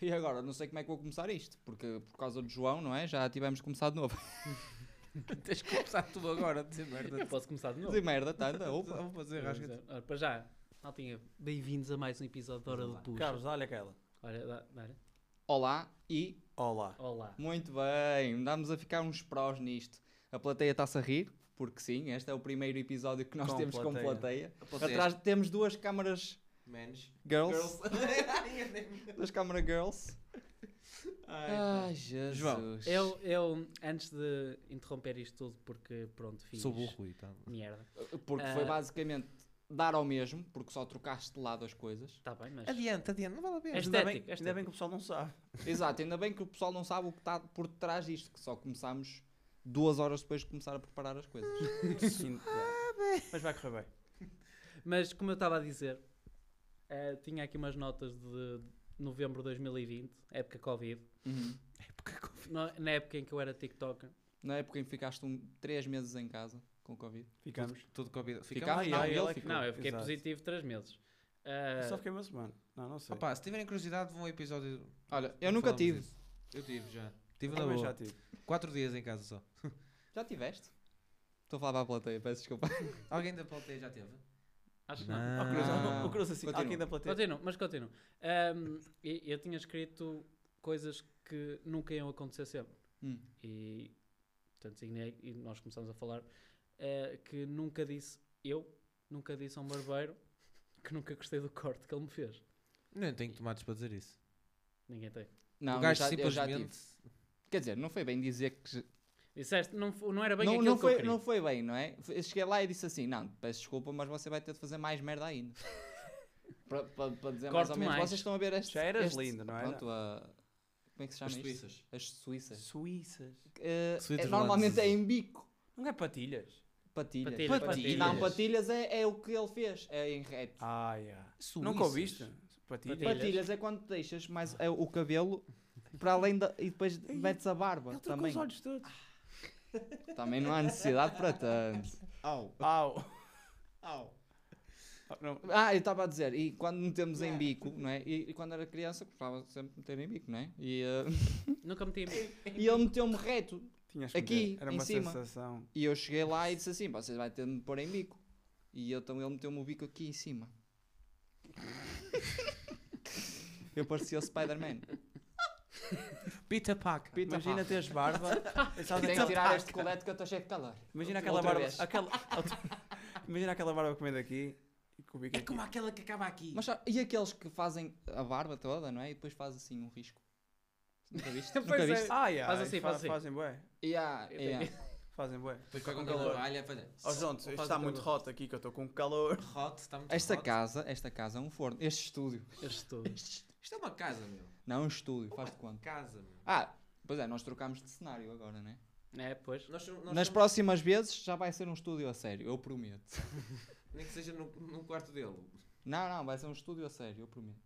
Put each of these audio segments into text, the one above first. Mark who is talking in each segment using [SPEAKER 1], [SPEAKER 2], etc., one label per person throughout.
[SPEAKER 1] E agora, não sei como é que vou começar isto, porque por causa do João, não é? Já tivemos começado de novo.
[SPEAKER 2] Tens que começar tu agora a dizer merda.
[SPEAKER 3] Eu posso começar de novo.
[SPEAKER 1] De merda, tanta, opa.
[SPEAKER 2] Vou fazer rasga
[SPEAKER 3] Ora, para já, Maltinha, bem-vindos a mais um episódio de Hora do Puxa.
[SPEAKER 2] Carlos, olha aquela.
[SPEAKER 3] Olha, dá- dá-
[SPEAKER 1] Olá e
[SPEAKER 2] Olá.
[SPEAKER 3] olá.
[SPEAKER 1] muito bem, andámos a ficar uns prós nisto. A plateia está-se a rir, porque sim, este é o primeiro episódio que nós
[SPEAKER 2] Com
[SPEAKER 1] temos com
[SPEAKER 2] plateia.
[SPEAKER 1] plateia.
[SPEAKER 2] A plateia.
[SPEAKER 1] Atrás temos duas câmaras
[SPEAKER 2] Menos.
[SPEAKER 1] girls. duas câmaras girls. Ai, Jesus.
[SPEAKER 2] João,
[SPEAKER 3] Eu, eu, antes de interromper isto tudo, porque pronto, fiz
[SPEAKER 2] Sou burro e
[SPEAKER 1] tá.
[SPEAKER 2] tal.
[SPEAKER 3] merda.
[SPEAKER 1] Porque foi
[SPEAKER 3] Ah.
[SPEAKER 1] basicamente dar ao mesmo, porque só trocaste de lado as coisas.
[SPEAKER 3] Está Tá bem, mas...
[SPEAKER 2] Adiante, adiante, não vale a pena.
[SPEAKER 3] É
[SPEAKER 2] ainda, bem,
[SPEAKER 3] estético, é
[SPEAKER 2] ainda bem que o pessoal não sabe.
[SPEAKER 1] Exato, ainda bem que o pessoal não sabe o que está por trás disto, que só começámos duas horas depois de começar a preparar as coisas.
[SPEAKER 2] Mas vai correr bem.
[SPEAKER 3] Mas como eu estava a dizer, eh, tinha aqui umas notas de novembro de 2020, época Covid. Na, na época em que eu era TikToker.
[SPEAKER 1] Uhum. Na época em que ficaste um, três meses em casa com Covid.
[SPEAKER 2] Ficamos.
[SPEAKER 4] Tudo convidado.
[SPEAKER 1] Ficámos?
[SPEAKER 2] Ah,
[SPEAKER 1] não,
[SPEAKER 2] é,
[SPEAKER 1] ele
[SPEAKER 2] ele é que
[SPEAKER 1] ficou.
[SPEAKER 3] Não, eu fiquei
[SPEAKER 2] Exato.
[SPEAKER 3] positivo 3 meses. Eh,
[SPEAKER 2] Eu Só fiquei uma semana. Não, não sei.
[SPEAKER 4] Opa, se tiverem curiosidade, vão ao episódio.
[SPEAKER 1] Olha, eu
[SPEAKER 4] Não
[SPEAKER 1] nunca
[SPEAKER 4] falamos
[SPEAKER 1] tive.
[SPEAKER 4] disso. Eu tive já. Tive na
[SPEAKER 2] Também já
[SPEAKER 4] boa.
[SPEAKER 2] tive.
[SPEAKER 4] Quatro dias em casa só.
[SPEAKER 1] Já tiveste? Estou a falar para a plateia, peço desculpa.
[SPEAKER 4] Alguém da plateia já teve?
[SPEAKER 3] acho que não.
[SPEAKER 2] Ó,
[SPEAKER 4] Não.
[SPEAKER 2] Cruz, ó, ó, Cruz, assim,
[SPEAKER 1] Continua.
[SPEAKER 2] alguém da plateia.
[SPEAKER 3] Continuo, mas continuo. Ahm, e- eu tinha escrito coisas que nunca iam acontecer sempre.
[SPEAKER 1] Hum.
[SPEAKER 3] E, portanto, signei, e nós começamos a falar eh, que nunca disse, eu nunca disse a um barbeiro que nunca gostei do corte que ele me fez.
[SPEAKER 4] Não tenho tomates para dizer isso.
[SPEAKER 3] Ninguém tem.
[SPEAKER 1] Não,
[SPEAKER 4] o
[SPEAKER 1] eu
[SPEAKER 4] gajo
[SPEAKER 1] já, eu já tive.
[SPEAKER 4] simplesmente.
[SPEAKER 1] Quer dizer, não foi bem dizer que.
[SPEAKER 3] Disseste, não, fo- não era bem
[SPEAKER 1] Não,
[SPEAKER 3] aquilo
[SPEAKER 1] não,
[SPEAKER 3] que eu
[SPEAKER 1] foi,
[SPEAKER 3] queria.
[SPEAKER 1] não foi bem, não é? Eu cheguei lá e disse assim: não, peço desculpa, mas você vai ter de fazer mais merda ainda. para, para- para dizer mais
[SPEAKER 3] Corte
[SPEAKER 1] ou menos.
[SPEAKER 3] mais.
[SPEAKER 1] Vocês estão a ver este.
[SPEAKER 2] Já eras
[SPEAKER 1] este-
[SPEAKER 2] lindo, não era?
[SPEAKER 1] Pronto, a- Como é que se chama
[SPEAKER 4] As
[SPEAKER 1] isto?
[SPEAKER 4] suíças.
[SPEAKER 1] As suíças.
[SPEAKER 2] Suíças.
[SPEAKER 1] Eh,
[SPEAKER 4] Suíças
[SPEAKER 1] é- normalmente é
[SPEAKER 4] rolantes.
[SPEAKER 1] em bico.
[SPEAKER 2] Não é patilhas?
[SPEAKER 1] Patilhas.
[SPEAKER 3] Patilhas,
[SPEAKER 2] patilhas.
[SPEAKER 1] Não, patilhas é, é o que ele fez. É em reto.
[SPEAKER 2] Ah, yeah.
[SPEAKER 4] Suíças.
[SPEAKER 2] Nunca ouviste? Patilhas.
[SPEAKER 3] Patilhas.
[SPEAKER 1] Patilhas é quando deixas mais é, o cabelo para além da. e depois metes a barba
[SPEAKER 2] Ele trocou
[SPEAKER 1] também.
[SPEAKER 2] os olhos todos.
[SPEAKER 1] Também não há necessidade para tanto.
[SPEAKER 2] Ah. Au.
[SPEAKER 4] Au.
[SPEAKER 2] Ah, Não,
[SPEAKER 1] Ah, eu estava a dizer, e quando metemos em bico, não é? E, e quando era criança, gostava sempre de meter em bico, não é? E, eh,
[SPEAKER 3] Nunca meti.
[SPEAKER 1] e ele meteu-me reto.
[SPEAKER 2] tinhas que
[SPEAKER 1] Aqui,
[SPEAKER 2] meter. Era
[SPEAKER 1] em
[SPEAKER 2] uma
[SPEAKER 1] cima.
[SPEAKER 2] sensação.
[SPEAKER 1] E eu cheguei lá e disse assim: vocês vai ter de me pôr em bico. E eu, então ele meteu-me o bico aqui em cima. eu parecia o Spider-Man.
[SPEAKER 4] Pita Pac.
[SPEAKER 1] Pita
[SPEAKER 2] Imagina
[SPEAKER 1] pá.
[SPEAKER 2] teres barba. sabes
[SPEAKER 1] Tenho
[SPEAKER 2] aquela-
[SPEAKER 1] que tirar este colete que eu estou cheio de calor.
[SPEAKER 2] Imagina aquela
[SPEAKER 1] Outra
[SPEAKER 2] barba.
[SPEAKER 1] vez.
[SPEAKER 2] Aquela, outra- imagina aquela barba comendo aqui e com o bico
[SPEAKER 4] É
[SPEAKER 2] aqui.
[SPEAKER 4] como aquela que acaba aqui.
[SPEAKER 1] Mas sabe, e aqueles que fazem a barba toda, não é? E depois faz assim um risco. Nunca viste?
[SPEAKER 3] Pois
[SPEAKER 1] Nunca
[SPEAKER 3] é.
[SPEAKER 1] viste?
[SPEAKER 2] Ah, yeah,
[SPEAKER 3] Faz assim,
[SPEAKER 2] e
[SPEAKER 3] faz assim.
[SPEAKER 2] Fazem bué.
[SPEAKER 1] Yeah,
[SPEAKER 3] Eu
[SPEAKER 1] yeah.
[SPEAKER 2] Fazem bué.
[SPEAKER 4] Depois
[SPEAKER 3] com
[SPEAKER 4] pegam com
[SPEAKER 3] calor.
[SPEAKER 4] calor. Olha, fazer.
[SPEAKER 2] Ó, João, isto está muito hot aqui que eu estou com calor.
[SPEAKER 4] Hot, está muito
[SPEAKER 1] Esta
[SPEAKER 4] hot.
[SPEAKER 1] casa, esta casa é um forno. Este estúdio.
[SPEAKER 3] Eu estou.
[SPEAKER 4] Isto é uma casa, meu.
[SPEAKER 1] Não, um estúdio, faz de
[SPEAKER 4] Uma
[SPEAKER 1] conta.
[SPEAKER 4] casa, meu.
[SPEAKER 1] Ah, pois é, nós trocámos de cenário agora, né?
[SPEAKER 3] É, pois.
[SPEAKER 4] Nós, somos- nós
[SPEAKER 1] Nas
[SPEAKER 4] somos-
[SPEAKER 1] próximas vezes já vai ser um estúdio a sério, eu prometo.
[SPEAKER 4] Nem que seja no, no quarto dele.
[SPEAKER 1] Não, não, vai ser um estúdio a sério, eu prometo.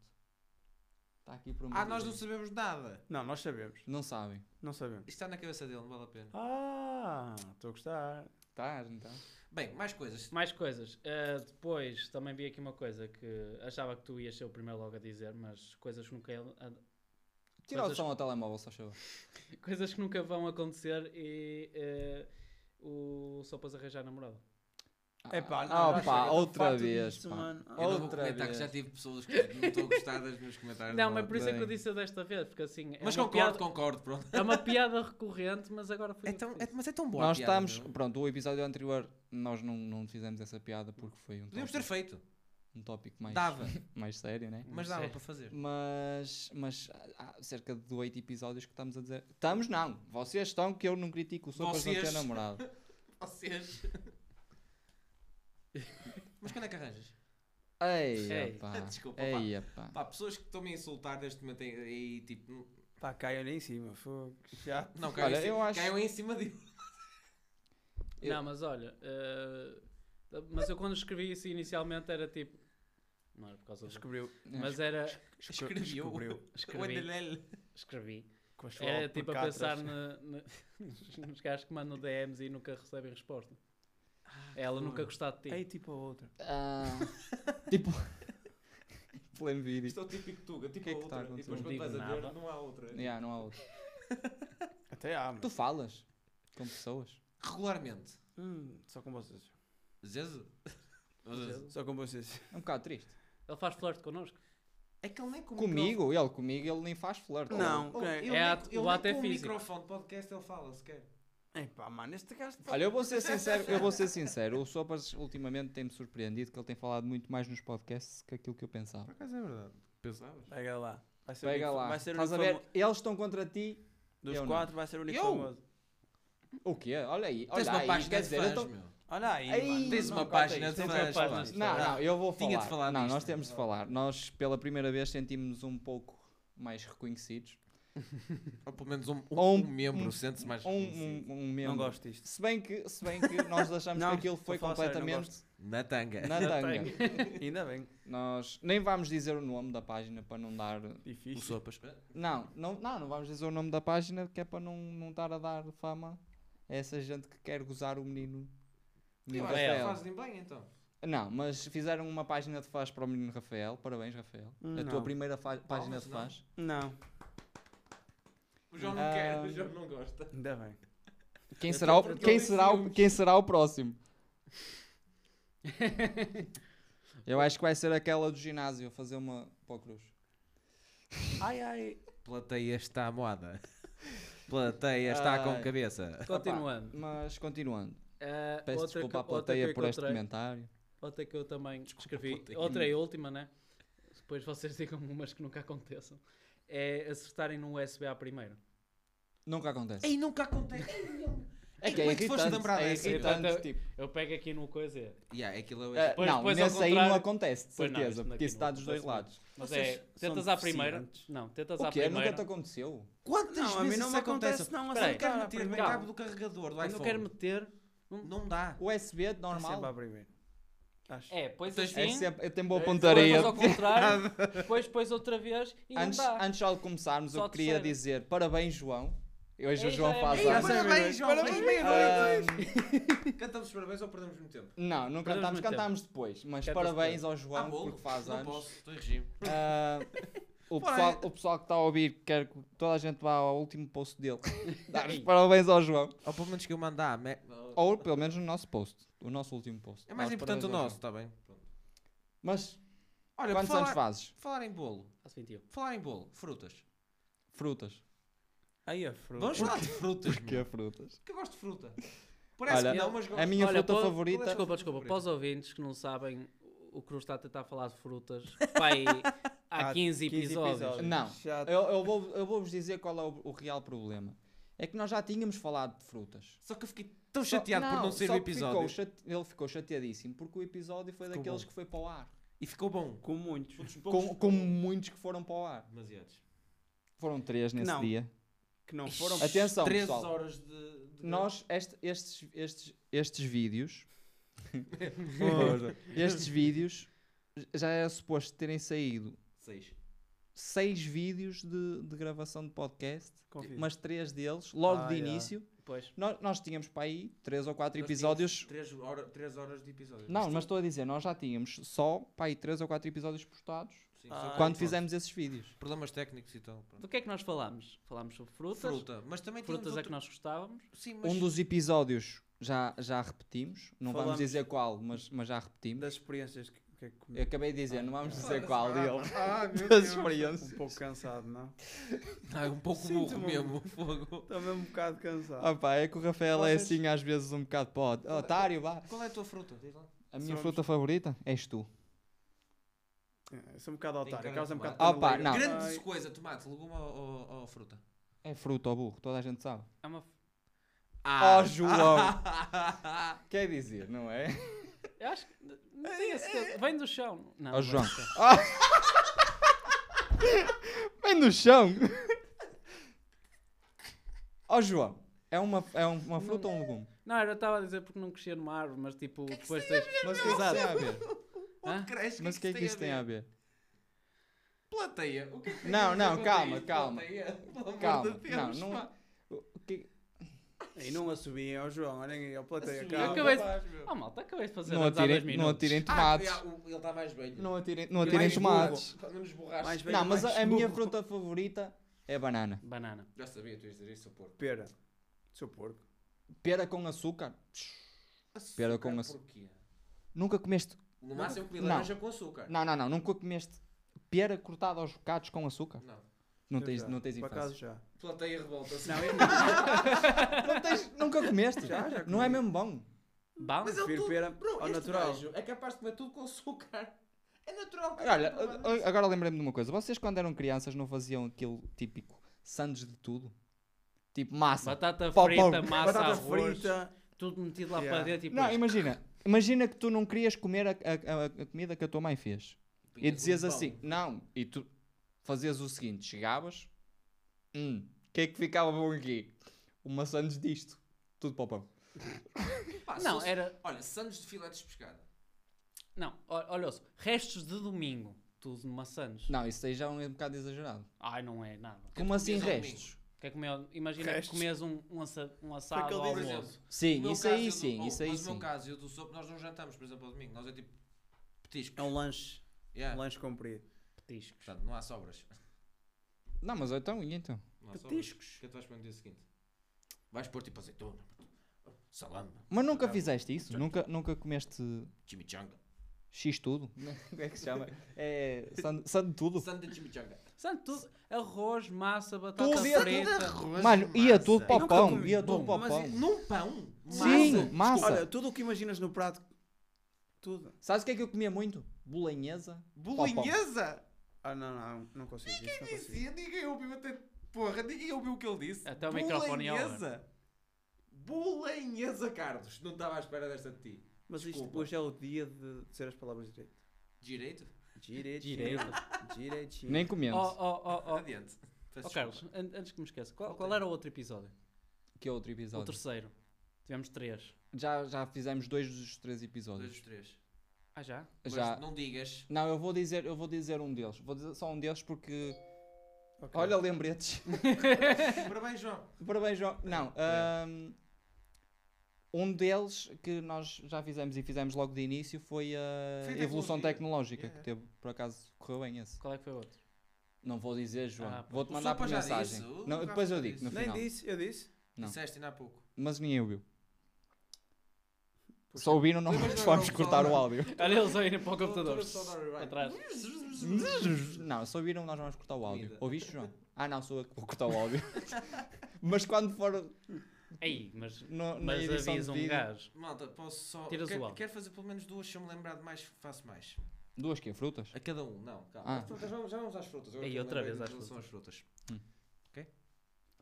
[SPEAKER 1] Está aqui prometido.
[SPEAKER 4] Ah, nós não sabemos nada.
[SPEAKER 2] Não, nós sabemos.
[SPEAKER 1] Não sabem.
[SPEAKER 2] Não sabemos.
[SPEAKER 4] Isto está na cabeça dele, não vale a pena.
[SPEAKER 2] Ah, estou a gostar.
[SPEAKER 1] Tá, então.
[SPEAKER 4] Bem, mais coisas.
[SPEAKER 3] Mais coisas. Uh, depois também vi aqui uma coisa que achava que tu ias ser o primeiro logo a dizer, mas coisas que nunca, a-
[SPEAKER 1] Tira o
[SPEAKER 3] Coisas-
[SPEAKER 1] som ao telemóvel, só chegou.
[SPEAKER 3] coisas que nunca vão acontecer e uh, o só para arranjar namorado.
[SPEAKER 2] Epá, É não,
[SPEAKER 1] ah,
[SPEAKER 2] já
[SPEAKER 1] pá,
[SPEAKER 2] chega do
[SPEAKER 1] outra
[SPEAKER 2] fato
[SPEAKER 1] vez,
[SPEAKER 2] disso,
[SPEAKER 1] pá.
[SPEAKER 2] mano.
[SPEAKER 4] Eu não vou
[SPEAKER 1] Outra
[SPEAKER 4] comentar
[SPEAKER 1] vez.
[SPEAKER 4] que já tive pessoas que não estão gostadas nos comentários.
[SPEAKER 3] Não,
[SPEAKER 4] do
[SPEAKER 3] mas por isso é que eu
[SPEAKER 1] bem.
[SPEAKER 3] disse desta vez, porque assim é,
[SPEAKER 4] Mas
[SPEAKER 3] uma,
[SPEAKER 4] concordo,
[SPEAKER 3] piada,
[SPEAKER 4] concordo, pronto.
[SPEAKER 3] é uma piada recorrente, mas agora foi. eu que fiz.
[SPEAKER 4] mas é tão
[SPEAKER 1] nós estamos.
[SPEAKER 4] é?
[SPEAKER 1] Pronto, o episódio anterior nós não, não fizemos essa piada porque foi um
[SPEAKER 4] Podíamos
[SPEAKER 1] tópico,
[SPEAKER 4] ter feito.
[SPEAKER 1] um tópico mais,
[SPEAKER 4] Dava.
[SPEAKER 1] mais sério, né?
[SPEAKER 4] Mas dava para fazer.
[SPEAKER 1] Mas, mas há cerca de oito episódios que estamos a dizer. Estamos, não. Vocês estão, que eu não critico o Sopas não
[SPEAKER 4] Vocês.
[SPEAKER 1] ter namorado.
[SPEAKER 4] Vocês. mas quando é que arranjas?
[SPEAKER 1] Ei,
[SPEAKER 3] Ei.
[SPEAKER 1] pá.
[SPEAKER 4] Desculpa,
[SPEAKER 1] Ei, pá.
[SPEAKER 4] Pá, pessoas que estão-me a insultar neste momento e tipo. não-
[SPEAKER 2] Pá, caiu ali em cima. Fogo, que chato.
[SPEAKER 4] Não, caiam,
[SPEAKER 1] Olha,
[SPEAKER 4] em, cima,
[SPEAKER 1] eu acho-
[SPEAKER 4] caiam em cima um. dele.
[SPEAKER 1] eu-
[SPEAKER 3] Não, mas olha, uh, mas eu quando escrevi isso inicialmente era tipo. Não era por causa do.
[SPEAKER 2] Descobriu.
[SPEAKER 3] Mas era.
[SPEAKER 2] Esco-
[SPEAKER 4] Escreveu.
[SPEAKER 2] Descobriu.
[SPEAKER 3] Escrevi.
[SPEAKER 4] Olha-lhe.
[SPEAKER 3] escrevi.
[SPEAKER 2] Com a sua
[SPEAKER 3] Era tipo a
[SPEAKER 2] alpercatras.
[SPEAKER 3] pensar na- na- nos gajos que mandam DMs e nunca recebem resposta. Ah, Ela nunca gostar de ti.
[SPEAKER 2] Ei, tipo a outra.
[SPEAKER 1] Ah, tipo. pleno vídeo.
[SPEAKER 4] Isto é o típico Tuga, tipo
[SPEAKER 1] que é que
[SPEAKER 4] a outra.
[SPEAKER 1] está a
[SPEAKER 4] e
[SPEAKER 1] acontecer? É.
[SPEAKER 3] Não
[SPEAKER 4] depois quando
[SPEAKER 3] digo
[SPEAKER 4] vais a ver,
[SPEAKER 3] nada.
[SPEAKER 4] não há outra.
[SPEAKER 1] Yeah, não há outro.
[SPEAKER 2] Até há,
[SPEAKER 1] Tu falas com pessoas.
[SPEAKER 4] Regularmente.
[SPEAKER 2] Hum, só com vocês.
[SPEAKER 4] Zezo?
[SPEAKER 2] Só com vocês.
[SPEAKER 1] É um bocado triste.
[SPEAKER 3] Ele faz flerte connosco.
[SPEAKER 4] É que ele nem com o microfone-
[SPEAKER 1] Comigo, ele comigo, ele nem faz flerte.
[SPEAKER 2] Não.
[SPEAKER 4] Oh,
[SPEAKER 2] ok.
[SPEAKER 4] ele
[SPEAKER 3] É
[SPEAKER 4] nem-
[SPEAKER 3] ato-
[SPEAKER 4] ele
[SPEAKER 3] o
[SPEAKER 4] nem
[SPEAKER 3] ato é
[SPEAKER 4] com
[SPEAKER 3] físico.
[SPEAKER 4] o microfone de podcast ele fala sequer.
[SPEAKER 2] Epá, mano, este gajo... tá-
[SPEAKER 1] Olha, eu vou ser sincero, eu vou ser sincero. O Sopas ultimamente tem-me surpreendido que ele tem falado muito mais nos podcasts que aquilo que eu pensava.
[SPEAKER 4] acaso é verdade. Pensavas?
[SPEAKER 2] Pega lá. Vai ser o
[SPEAKER 1] Pega
[SPEAKER 2] único-
[SPEAKER 1] lá.
[SPEAKER 2] Vai ser o
[SPEAKER 1] Estás a
[SPEAKER 2] único
[SPEAKER 1] ver?
[SPEAKER 2] famo-
[SPEAKER 1] Eles estão contra ti.
[SPEAKER 2] Dos
[SPEAKER 1] Eu não.
[SPEAKER 2] quatro vai ser o único
[SPEAKER 1] Eu?
[SPEAKER 2] famoso.
[SPEAKER 1] O quê? Olha aí,
[SPEAKER 4] Tens
[SPEAKER 1] olha
[SPEAKER 4] uma
[SPEAKER 1] aí.
[SPEAKER 4] página
[SPEAKER 1] Quer
[SPEAKER 4] de
[SPEAKER 1] dizer, eu
[SPEAKER 4] é fãs,
[SPEAKER 1] tô-
[SPEAKER 4] meu.
[SPEAKER 2] Olha aí,
[SPEAKER 1] Ei,
[SPEAKER 2] mano.
[SPEAKER 4] Tens
[SPEAKER 2] Não,
[SPEAKER 4] uma
[SPEAKER 2] não, corta
[SPEAKER 4] página
[SPEAKER 2] isto,
[SPEAKER 4] de
[SPEAKER 2] tens
[SPEAKER 4] fãs,
[SPEAKER 2] uma
[SPEAKER 4] pá.
[SPEAKER 2] página.
[SPEAKER 1] Não, não, eu vou falar.
[SPEAKER 4] Tinha de falar
[SPEAKER 1] não, nós
[SPEAKER 4] disto. né?
[SPEAKER 1] temos de falar. Nós, pela primeira vez, sentimos-nos um pouco mais reconhecidos.
[SPEAKER 4] Ou pelo menos um, um,
[SPEAKER 1] Ou um-
[SPEAKER 4] um membro
[SPEAKER 1] um-
[SPEAKER 4] sente-se mais
[SPEAKER 1] Um, um,
[SPEAKER 4] reconhecido.
[SPEAKER 1] um membro.
[SPEAKER 2] Não gosto disto.
[SPEAKER 1] Se bem que, se bem que nós achamos
[SPEAKER 2] Não,
[SPEAKER 1] que aquilo
[SPEAKER 2] estou
[SPEAKER 1] foi
[SPEAKER 2] a falar sério, não
[SPEAKER 1] completamente
[SPEAKER 4] Na tanga.
[SPEAKER 1] na tanga.
[SPEAKER 2] Ainda bem.
[SPEAKER 1] Nós nem vamos dizer o nome da página para não dar.
[SPEAKER 4] O
[SPEAKER 2] Difícil.
[SPEAKER 4] sopas.
[SPEAKER 1] Não, não, não, não vamos dizer o nome da página que é para não, não estar a dar fama a essa gente que quer gozar o menino.
[SPEAKER 4] Eu
[SPEAKER 1] menino
[SPEAKER 4] acho que
[SPEAKER 1] Rafael.
[SPEAKER 4] fazem bem então.
[SPEAKER 1] Não, mas fizeram uma página de fãs para o menino Rafael. Parabéns, Rafael. A tua
[SPEAKER 2] Hum, Não.
[SPEAKER 1] primeira fa- página de
[SPEAKER 4] não.
[SPEAKER 1] fãs.
[SPEAKER 2] Não,
[SPEAKER 4] O João não
[SPEAKER 1] Ah.
[SPEAKER 4] quer, o João não gosta.
[SPEAKER 2] ainda bem.
[SPEAKER 1] Quem
[SPEAKER 2] Eu
[SPEAKER 1] será,
[SPEAKER 2] tô-
[SPEAKER 1] o,
[SPEAKER 4] eu tô
[SPEAKER 1] quem,
[SPEAKER 4] em
[SPEAKER 1] será o,
[SPEAKER 4] ciúmes.
[SPEAKER 1] quem será o próximo? Eu acho que vai ser aquela do ginásio, fazer uma para o Cruz.
[SPEAKER 2] Ai, ai.
[SPEAKER 4] Plateia está à moda. Plateia está
[SPEAKER 1] Ai.
[SPEAKER 4] com cabeça.
[SPEAKER 3] Continuando.
[SPEAKER 1] Mas continuando,
[SPEAKER 3] Ah,
[SPEAKER 1] peço
[SPEAKER 3] outra
[SPEAKER 1] desculpa à
[SPEAKER 3] que- outra que
[SPEAKER 1] plateia
[SPEAKER 3] eu
[SPEAKER 1] por este
[SPEAKER 3] encontrei-
[SPEAKER 1] comentário.
[SPEAKER 3] Outra que eu também escrevi.
[SPEAKER 4] plateia.
[SPEAKER 3] Outra e última, né? Depois vocês digam umas que nunca aconteçam. É acertarem num USB à primeira.
[SPEAKER 1] Nunca acontece.
[SPEAKER 4] Ei, nunca acontece.
[SPEAKER 1] é
[SPEAKER 4] ei,
[SPEAKER 1] que
[SPEAKER 4] como
[SPEAKER 1] é
[SPEAKER 4] é que foste
[SPEAKER 1] irritante,
[SPEAKER 4] lembrar
[SPEAKER 1] é
[SPEAKER 4] dessa?
[SPEAKER 1] irritante,
[SPEAKER 3] Irritante.
[SPEAKER 1] tipo,
[SPEAKER 3] Eu pego aqui no coisa. é-
[SPEAKER 4] yeah, aquilo é
[SPEAKER 1] ah,
[SPEAKER 3] Depois-
[SPEAKER 1] não,
[SPEAKER 3] depois ao
[SPEAKER 1] nesse aí não
[SPEAKER 3] contrário-
[SPEAKER 1] acontece, de
[SPEAKER 3] Pois não,
[SPEAKER 1] certeza,
[SPEAKER 3] isto
[SPEAKER 1] porque
[SPEAKER 3] daqui
[SPEAKER 1] isso está
[SPEAKER 3] não
[SPEAKER 1] dos dois
[SPEAKER 3] acontece
[SPEAKER 1] lados.
[SPEAKER 3] Mas
[SPEAKER 2] Vocês
[SPEAKER 3] é,
[SPEAKER 2] são
[SPEAKER 3] tentas à primeira.
[SPEAKER 2] deficientes.
[SPEAKER 3] Não, tentas à
[SPEAKER 1] O quê? Nunca
[SPEAKER 3] primeira.
[SPEAKER 1] te aconteceu?
[SPEAKER 4] Quantas
[SPEAKER 2] Não, a mim
[SPEAKER 4] vezes
[SPEAKER 2] não
[SPEAKER 4] isso
[SPEAKER 2] me acontece,
[SPEAKER 4] acontece? Ah,
[SPEAKER 2] não.
[SPEAKER 3] Peraí.
[SPEAKER 4] Eu quero meter o
[SPEAKER 3] Calma.
[SPEAKER 4] cabo do carregador do
[SPEAKER 3] Eu não quero
[SPEAKER 4] iPhone.
[SPEAKER 3] meter. um
[SPEAKER 4] Não dá.
[SPEAKER 1] O USB
[SPEAKER 2] Normal. é Sempre à
[SPEAKER 1] normal?
[SPEAKER 2] primeira. Acho.
[SPEAKER 3] É, pois
[SPEAKER 4] Tens-
[SPEAKER 3] assim.
[SPEAKER 1] É sempre, eu tenho boa
[SPEAKER 3] depois
[SPEAKER 1] pontaria.
[SPEAKER 3] mas ao contrário. depois, depois outra vez e não
[SPEAKER 1] Antes,
[SPEAKER 3] dá.
[SPEAKER 1] antes de algo começarmos,
[SPEAKER 3] Só
[SPEAKER 1] eu queria
[SPEAKER 3] terceira.
[SPEAKER 1] dizer parabéns, João. Hoje o
[SPEAKER 3] Ei,
[SPEAKER 1] João
[SPEAKER 3] já é
[SPEAKER 1] faz
[SPEAKER 4] Ei,
[SPEAKER 2] Já
[SPEAKER 1] anos.
[SPEAKER 2] sei,
[SPEAKER 4] parabéns, João.
[SPEAKER 2] parabéns.
[SPEAKER 4] Parabéns, meia-noite.
[SPEAKER 1] Ahm,
[SPEAKER 4] Cantamos parabéns ou perdemos muito tempo?
[SPEAKER 1] Não, não
[SPEAKER 3] Parabéns
[SPEAKER 1] cantámos,
[SPEAKER 3] no tempo.
[SPEAKER 1] cantámos depois. Mas
[SPEAKER 3] Cantas
[SPEAKER 1] parabéns
[SPEAKER 3] depois.
[SPEAKER 1] ao
[SPEAKER 4] Há
[SPEAKER 1] João,
[SPEAKER 4] bolo?
[SPEAKER 1] porque faz
[SPEAKER 4] não
[SPEAKER 1] anos.
[SPEAKER 4] posso, estou em regime.
[SPEAKER 1] Ah, o,
[SPEAKER 4] Fora.
[SPEAKER 1] pessoal, o pessoal que está a ouvir quer que toda a gente vá ao último post dele. Dar os
[SPEAKER 3] Ei.
[SPEAKER 1] parabéns ao João.
[SPEAKER 4] Ou pelo menos que eu mandar a me-
[SPEAKER 1] Ou pelo menos no nosso post. O nosso último post.
[SPEAKER 4] É mais
[SPEAKER 1] Dar os
[SPEAKER 4] importante o
[SPEAKER 1] parabéns ao
[SPEAKER 4] nosso,
[SPEAKER 1] João.
[SPEAKER 4] está bem? Pronto.
[SPEAKER 1] Mas
[SPEAKER 4] Olha, por
[SPEAKER 1] quantos anos
[SPEAKER 4] falar,
[SPEAKER 1] fazes?
[SPEAKER 4] falar em bolo,
[SPEAKER 3] Faço 21.
[SPEAKER 4] falar em bolo, frutas.
[SPEAKER 1] Frutas.
[SPEAKER 2] Aí a fruta.
[SPEAKER 4] Vamos falar de frutas,
[SPEAKER 1] Que
[SPEAKER 4] meu.
[SPEAKER 1] é frutas?
[SPEAKER 4] Porque eu gosto de fruta. Parece
[SPEAKER 1] Olha,
[SPEAKER 4] que não, mas gosto.
[SPEAKER 1] É A minha
[SPEAKER 3] Olha,
[SPEAKER 1] fruta
[SPEAKER 3] pô-
[SPEAKER 1] favorita.
[SPEAKER 3] Desculpa, desculpa. Para os ouvintes que não sabem, o Cruz está a tentar falar de frutas. Pai, há 15 episódios.
[SPEAKER 1] Não.
[SPEAKER 2] Já
[SPEAKER 1] Eu, eu vou- eu vou-vos dizer qual é o, o real problema. É que nós já tínhamos falado de frutas.
[SPEAKER 4] Só que eu fiquei tão
[SPEAKER 1] Só-
[SPEAKER 4] chateado por não ser
[SPEAKER 1] só
[SPEAKER 4] o
[SPEAKER 1] que Ficou
[SPEAKER 4] episódio.
[SPEAKER 1] chate- Ele ficou chateadíssimo porque o episódio foi
[SPEAKER 4] Ficou
[SPEAKER 1] daqueles
[SPEAKER 4] bom.
[SPEAKER 1] que foi para o ar.
[SPEAKER 4] E ficou bom.
[SPEAKER 2] Com muitos.
[SPEAKER 4] Um dos poucos-
[SPEAKER 1] Como, como muitos que foram para o ar.
[SPEAKER 4] Demasiados.
[SPEAKER 1] Foram três nesse
[SPEAKER 2] Não.
[SPEAKER 1] dia.
[SPEAKER 2] Que não foram.
[SPEAKER 1] Atenção,
[SPEAKER 4] Três
[SPEAKER 1] pessoal.
[SPEAKER 4] horas de. de-
[SPEAKER 1] Nós, este- estes, estes, estes vídeos,
[SPEAKER 2] Foram.
[SPEAKER 1] estes vídeos já era suposto terem saído
[SPEAKER 4] Seis.
[SPEAKER 1] seis vídeos de, de gravação de podcast,
[SPEAKER 2] Confio.
[SPEAKER 1] mas três deles, logo
[SPEAKER 2] Ah,
[SPEAKER 1] de
[SPEAKER 2] já.
[SPEAKER 1] início,
[SPEAKER 3] Depois.
[SPEAKER 1] nós, nós tínhamos para aí três ou quatro
[SPEAKER 4] Nós
[SPEAKER 1] episódios.
[SPEAKER 4] tínhamos Três, hora, três horas de episódio.
[SPEAKER 1] Não, mas estou a dizer, nós já tínhamos só para aí três ou quatro episódios postados
[SPEAKER 4] Sim, só
[SPEAKER 2] Ah,
[SPEAKER 4] que-
[SPEAKER 1] quando
[SPEAKER 4] pronto.
[SPEAKER 1] fizemos esses vídeos.
[SPEAKER 4] Problemas técnicos e tal. pronto.
[SPEAKER 3] Do que é que nós falámos? Falámos sobre frutas.
[SPEAKER 4] Fruta. Mas também
[SPEAKER 3] Frutas
[SPEAKER 4] tínhamos
[SPEAKER 3] é que nós gostávamos.
[SPEAKER 4] um outro- Sim, mas.
[SPEAKER 1] Um dos episódios já, já repetimos, não vamos
[SPEAKER 2] Falamos-
[SPEAKER 1] dizer qual, mas, mas já repetimos.
[SPEAKER 2] Das experiências que, que é que comi.
[SPEAKER 1] Eu acabei de dizer, não vamos dizer qual dele.
[SPEAKER 2] Ah, meu
[SPEAKER 1] Das
[SPEAKER 2] Deus.
[SPEAKER 1] experiências.
[SPEAKER 2] Um pouco cansado, não?
[SPEAKER 4] Ah, é um pouco burro
[SPEAKER 2] Sinto-me
[SPEAKER 4] mesmo, fogo.
[SPEAKER 2] Estou mesmo um bocado cansado.
[SPEAKER 1] Ah pá, é que o Rafael é
[SPEAKER 2] Vocês-
[SPEAKER 1] assim às vezes um bocado pó. Otário, vá.
[SPEAKER 4] Qual é a tua fruta? Diz lá.
[SPEAKER 1] A minha
[SPEAKER 2] Somos-
[SPEAKER 1] fruta favorita és tu.
[SPEAKER 2] Eu sou um bocado
[SPEAKER 4] Tem
[SPEAKER 2] otário.
[SPEAKER 4] cara
[SPEAKER 2] Causa um
[SPEAKER 4] de
[SPEAKER 2] bocado
[SPEAKER 1] tomate.
[SPEAKER 2] de
[SPEAKER 1] Opa,
[SPEAKER 2] paneleira.
[SPEAKER 1] não.
[SPEAKER 4] Grande
[SPEAKER 2] Ai,
[SPEAKER 4] coisa, tomate, legume ou, ou- ou fruta?
[SPEAKER 1] É fruta ou burro, toda a gente sabe.
[SPEAKER 3] É uma...
[SPEAKER 1] Oh, João! Quer dizer, não é?
[SPEAKER 3] Eu acho que. Não tenho a certeza. Vem do chão. Não,
[SPEAKER 1] Ó,
[SPEAKER 3] vem
[SPEAKER 1] João.
[SPEAKER 3] do chão.
[SPEAKER 1] Vem no chão! Ó João, é uma, é um- uma fruta ou um legume?
[SPEAKER 3] Não, eu estava a dizer porque não crescia numa árvore, mas tipo, depois tens.
[SPEAKER 1] Mas o que é que isso tem a ver?
[SPEAKER 3] Hã?
[SPEAKER 4] Cresce,
[SPEAKER 1] Mas o que é que isso tem a ver?
[SPEAKER 4] Plateia. O que é que tem
[SPEAKER 1] Não,
[SPEAKER 4] a ver
[SPEAKER 1] não,
[SPEAKER 4] com
[SPEAKER 1] calma,
[SPEAKER 4] isso?
[SPEAKER 1] calma.
[SPEAKER 4] Plateia, pelo amor
[SPEAKER 1] Calma,
[SPEAKER 4] de Deus,
[SPEAKER 1] não, não-
[SPEAKER 4] pá.
[SPEAKER 1] O que-
[SPEAKER 2] E não assumi ao João, olhem aí, ao
[SPEAKER 4] Assim,
[SPEAKER 1] é
[SPEAKER 2] plateia.
[SPEAKER 3] Assumi.
[SPEAKER 2] calma.
[SPEAKER 3] Acabei de- Oh, malta, acabei de fazer
[SPEAKER 1] Não
[SPEAKER 3] anos há dois
[SPEAKER 1] atirem,
[SPEAKER 3] minutos.
[SPEAKER 1] não atirem
[SPEAKER 4] Ah,
[SPEAKER 1] tomates.
[SPEAKER 4] já, Ah, o- ele está mais velho.
[SPEAKER 1] Não atirem, não
[SPEAKER 2] Eu
[SPEAKER 1] atirem
[SPEAKER 2] mais burro.
[SPEAKER 1] tomates.
[SPEAKER 4] Menos borracha.
[SPEAKER 2] Mais velho,
[SPEAKER 1] Não, mas
[SPEAKER 2] mais
[SPEAKER 1] a, a minha
[SPEAKER 2] burro.
[SPEAKER 1] fruta favorita é banana.
[SPEAKER 3] Banana.
[SPEAKER 4] Já sabia, tu ias dizer isso, seu porco.
[SPEAKER 2] Pera, seu porco.
[SPEAKER 1] Pera com açúcar. Pera com açúcar.
[SPEAKER 4] Porquê?
[SPEAKER 1] Nunca comeste.
[SPEAKER 4] No máximo comi
[SPEAKER 1] Não.
[SPEAKER 4] laranja com açúcar.
[SPEAKER 1] Não, não, não. Nunca comeste pera cortada aos bocados com açúcar.
[SPEAKER 4] Não.
[SPEAKER 1] Não
[SPEAKER 2] Eu
[SPEAKER 1] tens,
[SPEAKER 2] já.
[SPEAKER 1] não tens
[SPEAKER 2] Por acaso
[SPEAKER 1] infância.
[SPEAKER 2] já.
[SPEAKER 4] Plateia revolta-se.
[SPEAKER 2] Não,
[SPEAKER 4] Não,
[SPEAKER 1] é
[SPEAKER 2] eu
[SPEAKER 1] Não tens, nunca comeste.
[SPEAKER 2] Já, já
[SPEAKER 1] não é
[SPEAKER 2] comi.
[SPEAKER 1] mesmo bom.
[SPEAKER 3] Bom?
[SPEAKER 4] Mas ele
[SPEAKER 2] prefiro
[SPEAKER 4] tudo...
[SPEAKER 2] pera
[SPEAKER 4] Bro,
[SPEAKER 2] ao
[SPEAKER 4] este
[SPEAKER 2] natural.
[SPEAKER 4] gajo é capaz de comer tudo com açúcar. É natural. cara,
[SPEAKER 1] Olha,
[SPEAKER 4] não há nada.
[SPEAKER 1] a- a- agora lembrei-me de uma coisa. Vocês quando eram crianças não faziam aquele típico sandes de tudo? Tipo massa.
[SPEAKER 3] Batata
[SPEAKER 1] Pau,
[SPEAKER 3] frita,
[SPEAKER 1] pau.
[SPEAKER 3] massa,
[SPEAKER 2] Batata
[SPEAKER 3] arroz,
[SPEAKER 2] frita.
[SPEAKER 3] tudo metido lá
[SPEAKER 2] Yeah.
[SPEAKER 3] para dentro e
[SPEAKER 1] Não,
[SPEAKER 3] depois...
[SPEAKER 1] imagina. Imagina que tu não querias comer a, a- a- a comida que a tua mãe fez. E
[SPEAKER 4] Pinhas
[SPEAKER 1] dizias
[SPEAKER 4] um pão.
[SPEAKER 1] assim, não. E tu fazias o seguinte, chegavas, hum, o que é que ficava bom aqui? Uma sandes disto. Tudo para o pão.
[SPEAKER 4] Pá,
[SPEAKER 3] Não,
[SPEAKER 4] se-
[SPEAKER 3] era...
[SPEAKER 4] Olha, sandes de filetes de pescada.
[SPEAKER 3] Não, ó- olha só. Restos de domingo. Tudo numa Sandes.
[SPEAKER 1] Não, isso aí já é um bocado exagerado.
[SPEAKER 3] Ai, não é nada.
[SPEAKER 1] Como assim
[SPEAKER 4] Dias ao
[SPEAKER 1] restos?
[SPEAKER 3] Quer comer... Imagina
[SPEAKER 2] Restos.
[SPEAKER 3] que comias um, um, assa- um
[SPEAKER 2] Foi
[SPEAKER 3] assado
[SPEAKER 2] aquele
[SPEAKER 3] ao
[SPEAKER 2] dia, por
[SPEAKER 3] almoço.
[SPEAKER 4] No
[SPEAKER 1] Sim,
[SPEAKER 4] meu
[SPEAKER 1] isso
[SPEAKER 4] caso,
[SPEAKER 1] aí
[SPEAKER 4] eu
[SPEAKER 1] sim,
[SPEAKER 4] do-
[SPEAKER 1] isso aí
[SPEAKER 4] Mas no
[SPEAKER 1] sim.
[SPEAKER 4] meu caso, eu do sopa, nós não jantamos, por exemplo, ao domingo. Nós é tipo petisco.
[SPEAKER 2] É um lanche. Um
[SPEAKER 4] Yeah.
[SPEAKER 2] lanche comprido.
[SPEAKER 3] Petiscos.
[SPEAKER 4] Portanto, não há sobras.
[SPEAKER 1] Não, mas então, e então?
[SPEAKER 4] Não há sobras. O
[SPEAKER 2] Petiscos.
[SPEAKER 4] que é que tu vais comer no dia seguinte? Vais pôr tipo azeitona, salame,
[SPEAKER 1] Mas nunca
[SPEAKER 4] Não.
[SPEAKER 1] fizeste isso?
[SPEAKER 4] Já.
[SPEAKER 1] Nunca, nunca comeste
[SPEAKER 4] chimichanga.
[SPEAKER 1] X tudo? Como é que se chama? É. san- san de tudo?
[SPEAKER 4] Sanda de chimichanga.
[SPEAKER 3] Sabe tudo? Arroz, massa, batata
[SPEAKER 4] é
[SPEAKER 1] Tudo, ia-
[SPEAKER 3] frita.
[SPEAKER 1] Mano, ia tudo para
[SPEAKER 2] Eu
[SPEAKER 1] o
[SPEAKER 2] nunca
[SPEAKER 1] pão,
[SPEAKER 2] comi.
[SPEAKER 1] ia tudo
[SPEAKER 2] Bom,
[SPEAKER 1] para o
[SPEAKER 2] mas
[SPEAKER 1] pão.
[SPEAKER 2] e-
[SPEAKER 4] Num pão?
[SPEAKER 1] Sim, massa.
[SPEAKER 2] Olha, tudo o que imaginas no prato. Tudo.
[SPEAKER 1] Sabes o que é que eu comia muito? Bolanhesa.
[SPEAKER 4] Bolinhesa?
[SPEAKER 2] Ah, não, não, não consigo. isso não consigo.
[SPEAKER 4] Dizia, ninguém ouviu até... Porra, ninguém ouviu o que ele disse.
[SPEAKER 3] Até o microfone ia ao ar.
[SPEAKER 4] Bolinhesa. Bolinhesa, Carlos. Não estava à espera desta de ti.
[SPEAKER 2] Mas isto
[SPEAKER 4] Desculpa.
[SPEAKER 2] hoje é o dia de dizer as palavras direito.
[SPEAKER 4] Direito?
[SPEAKER 2] Direitinho.
[SPEAKER 1] Direito.
[SPEAKER 2] Direitinho.
[SPEAKER 1] Nem comendo.
[SPEAKER 3] Oh, oh, oh, oh.
[SPEAKER 4] Adiante. Peço
[SPEAKER 3] Ó,
[SPEAKER 4] desculpa.
[SPEAKER 3] Carlos, an- antes que me esqueça, qual,
[SPEAKER 4] Não
[SPEAKER 3] qual
[SPEAKER 4] tem.
[SPEAKER 3] era o outro episódio?
[SPEAKER 1] Que é outro
[SPEAKER 3] O
[SPEAKER 1] episódio.
[SPEAKER 3] terceiro. Tivemos três.
[SPEAKER 1] Já, já fizemos dois dos três
[SPEAKER 4] Dois
[SPEAKER 1] episódios.
[SPEAKER 4] dos três.
[SPEAKER 3] Ah, já?
[SPEAKER 4] Mas
[SPEAKER 1] Já.
[SPEAKER 4] não digas.
[SPEAKER 1] Não, eu vou dizer, eu vou dizer um deles. Vou dizer só um deles porque.
[SPEAKER 2] Ok.
[SPEAKER 1] Olha, lembretes.
[SPEAKER 4] Parabéns, João.
[SPEAKER 1] Parabéns, João. Não.
[SPEAKER 4] É.
[SPEAKER 1] ahm, um deles que nós já fizemos e fizemos logo de início foi a
[SPEAKER 4] Foi a
[SPEAKER 1] evolução
[SPEAKER 4] tecnologia.
[SPEAKER 1] tecnológica, que teve, por acaso, correu bem esse.
[SPEAKER 3] Qual é que foi o outro?
[SPEAKER 1] Não vou dizer, João.
[SPEAKER 3] Ah, pá.
[SPEAKER 1] Vou-te
[SPEAKER 4] O
[SPEAKER 1] mandar
[SPEAKER 4] Sopa
[SPEAKER 1] por
[SPEAKER 4] já
[SPEAKER 1] mensagem.
[SPEAKER 4] disse, o
[SPEAKER 1] Não,
[SPEAKER 4] Rafa
[SPEAKER 1] depois eu
[SPEAKER 4] já
[SPEAKER 1] digo,
[SPEAKER 4] disse.
[SPEAKER 1] no
[SPEAKER 2] Nem
[SPEAKER 1] final.
[SPEAKER 2] disse, eu disse.
[SPEAKER 1] Não.
[SPEAKER 4] Disseste ainda há pouco.
[SPEAKER 1] Mas ninguém ouviu.
[SPEAKER 2] Por
[SPEAKER 1] Só ouviram, não
[SPEAKER 4] Depois
[SPEAKER 1] nós
[SPEAKER 4] não,
[SPEAKER 1] vamos
[SPEAKER 4] não,
[SPEAKER 1] cortar
[SPEAKER 4] só
[SPEAKER 1] o
[SPEAKER 4] não.
[SPEAKER 1] áudio.
[SPEAKER 3] Olha eles a irem para o
[SPEAKER 4] Todo-
[SPEAKER 3] computador.
[SPEAKER 4] todo só dar
[SPEAKER 3] Para
[SPEAKER 4] rewind.
[SPEAKER 3] trás.
[SPEAKER 1] Não, só ouviram, nós vamos cortar o áudio.
[SPEAKER 4] Comida.
[SPEAKER 1] Ouviste, João? Ah, não, sou eu que vou cortar o áudio. Mas quando for
[SPEAKER 3] Aí, mas,
[SPEAKER 1] no, na
[SPEAKER 3] mas
[SPEAKER 1] edição de
[SPEAKER 3] avisa um
[SPEAKER 1] vídeo...
[SPEAKER 3] gajo.
[SPEAKER 4] Malta, posso só.
[SPEAKER 3] Tiras
[SPEAKER 4] quero,
[SPEAKER 3] o áudio.
[SPEAKER 4] quero fazer pelo menos duas, se eu me lembrar de mais, faço mais.
[SPEAKER 1] Duas quê? Frutas?
[SPEAKER 4] A cada um, não,
[SPEAKER 1] Ah.
[SPEAKER 4] calma. As frutas, vamos- já vamos às frutas. Agora
[SPEAKER 3] Ei,
[SPEAKER 4] que eu
[SPEAKER 3] outra
[SPEAKER 4] lembrei
[SPEAKER 3] vez às
[SPEAKER 4] de relação às frutas.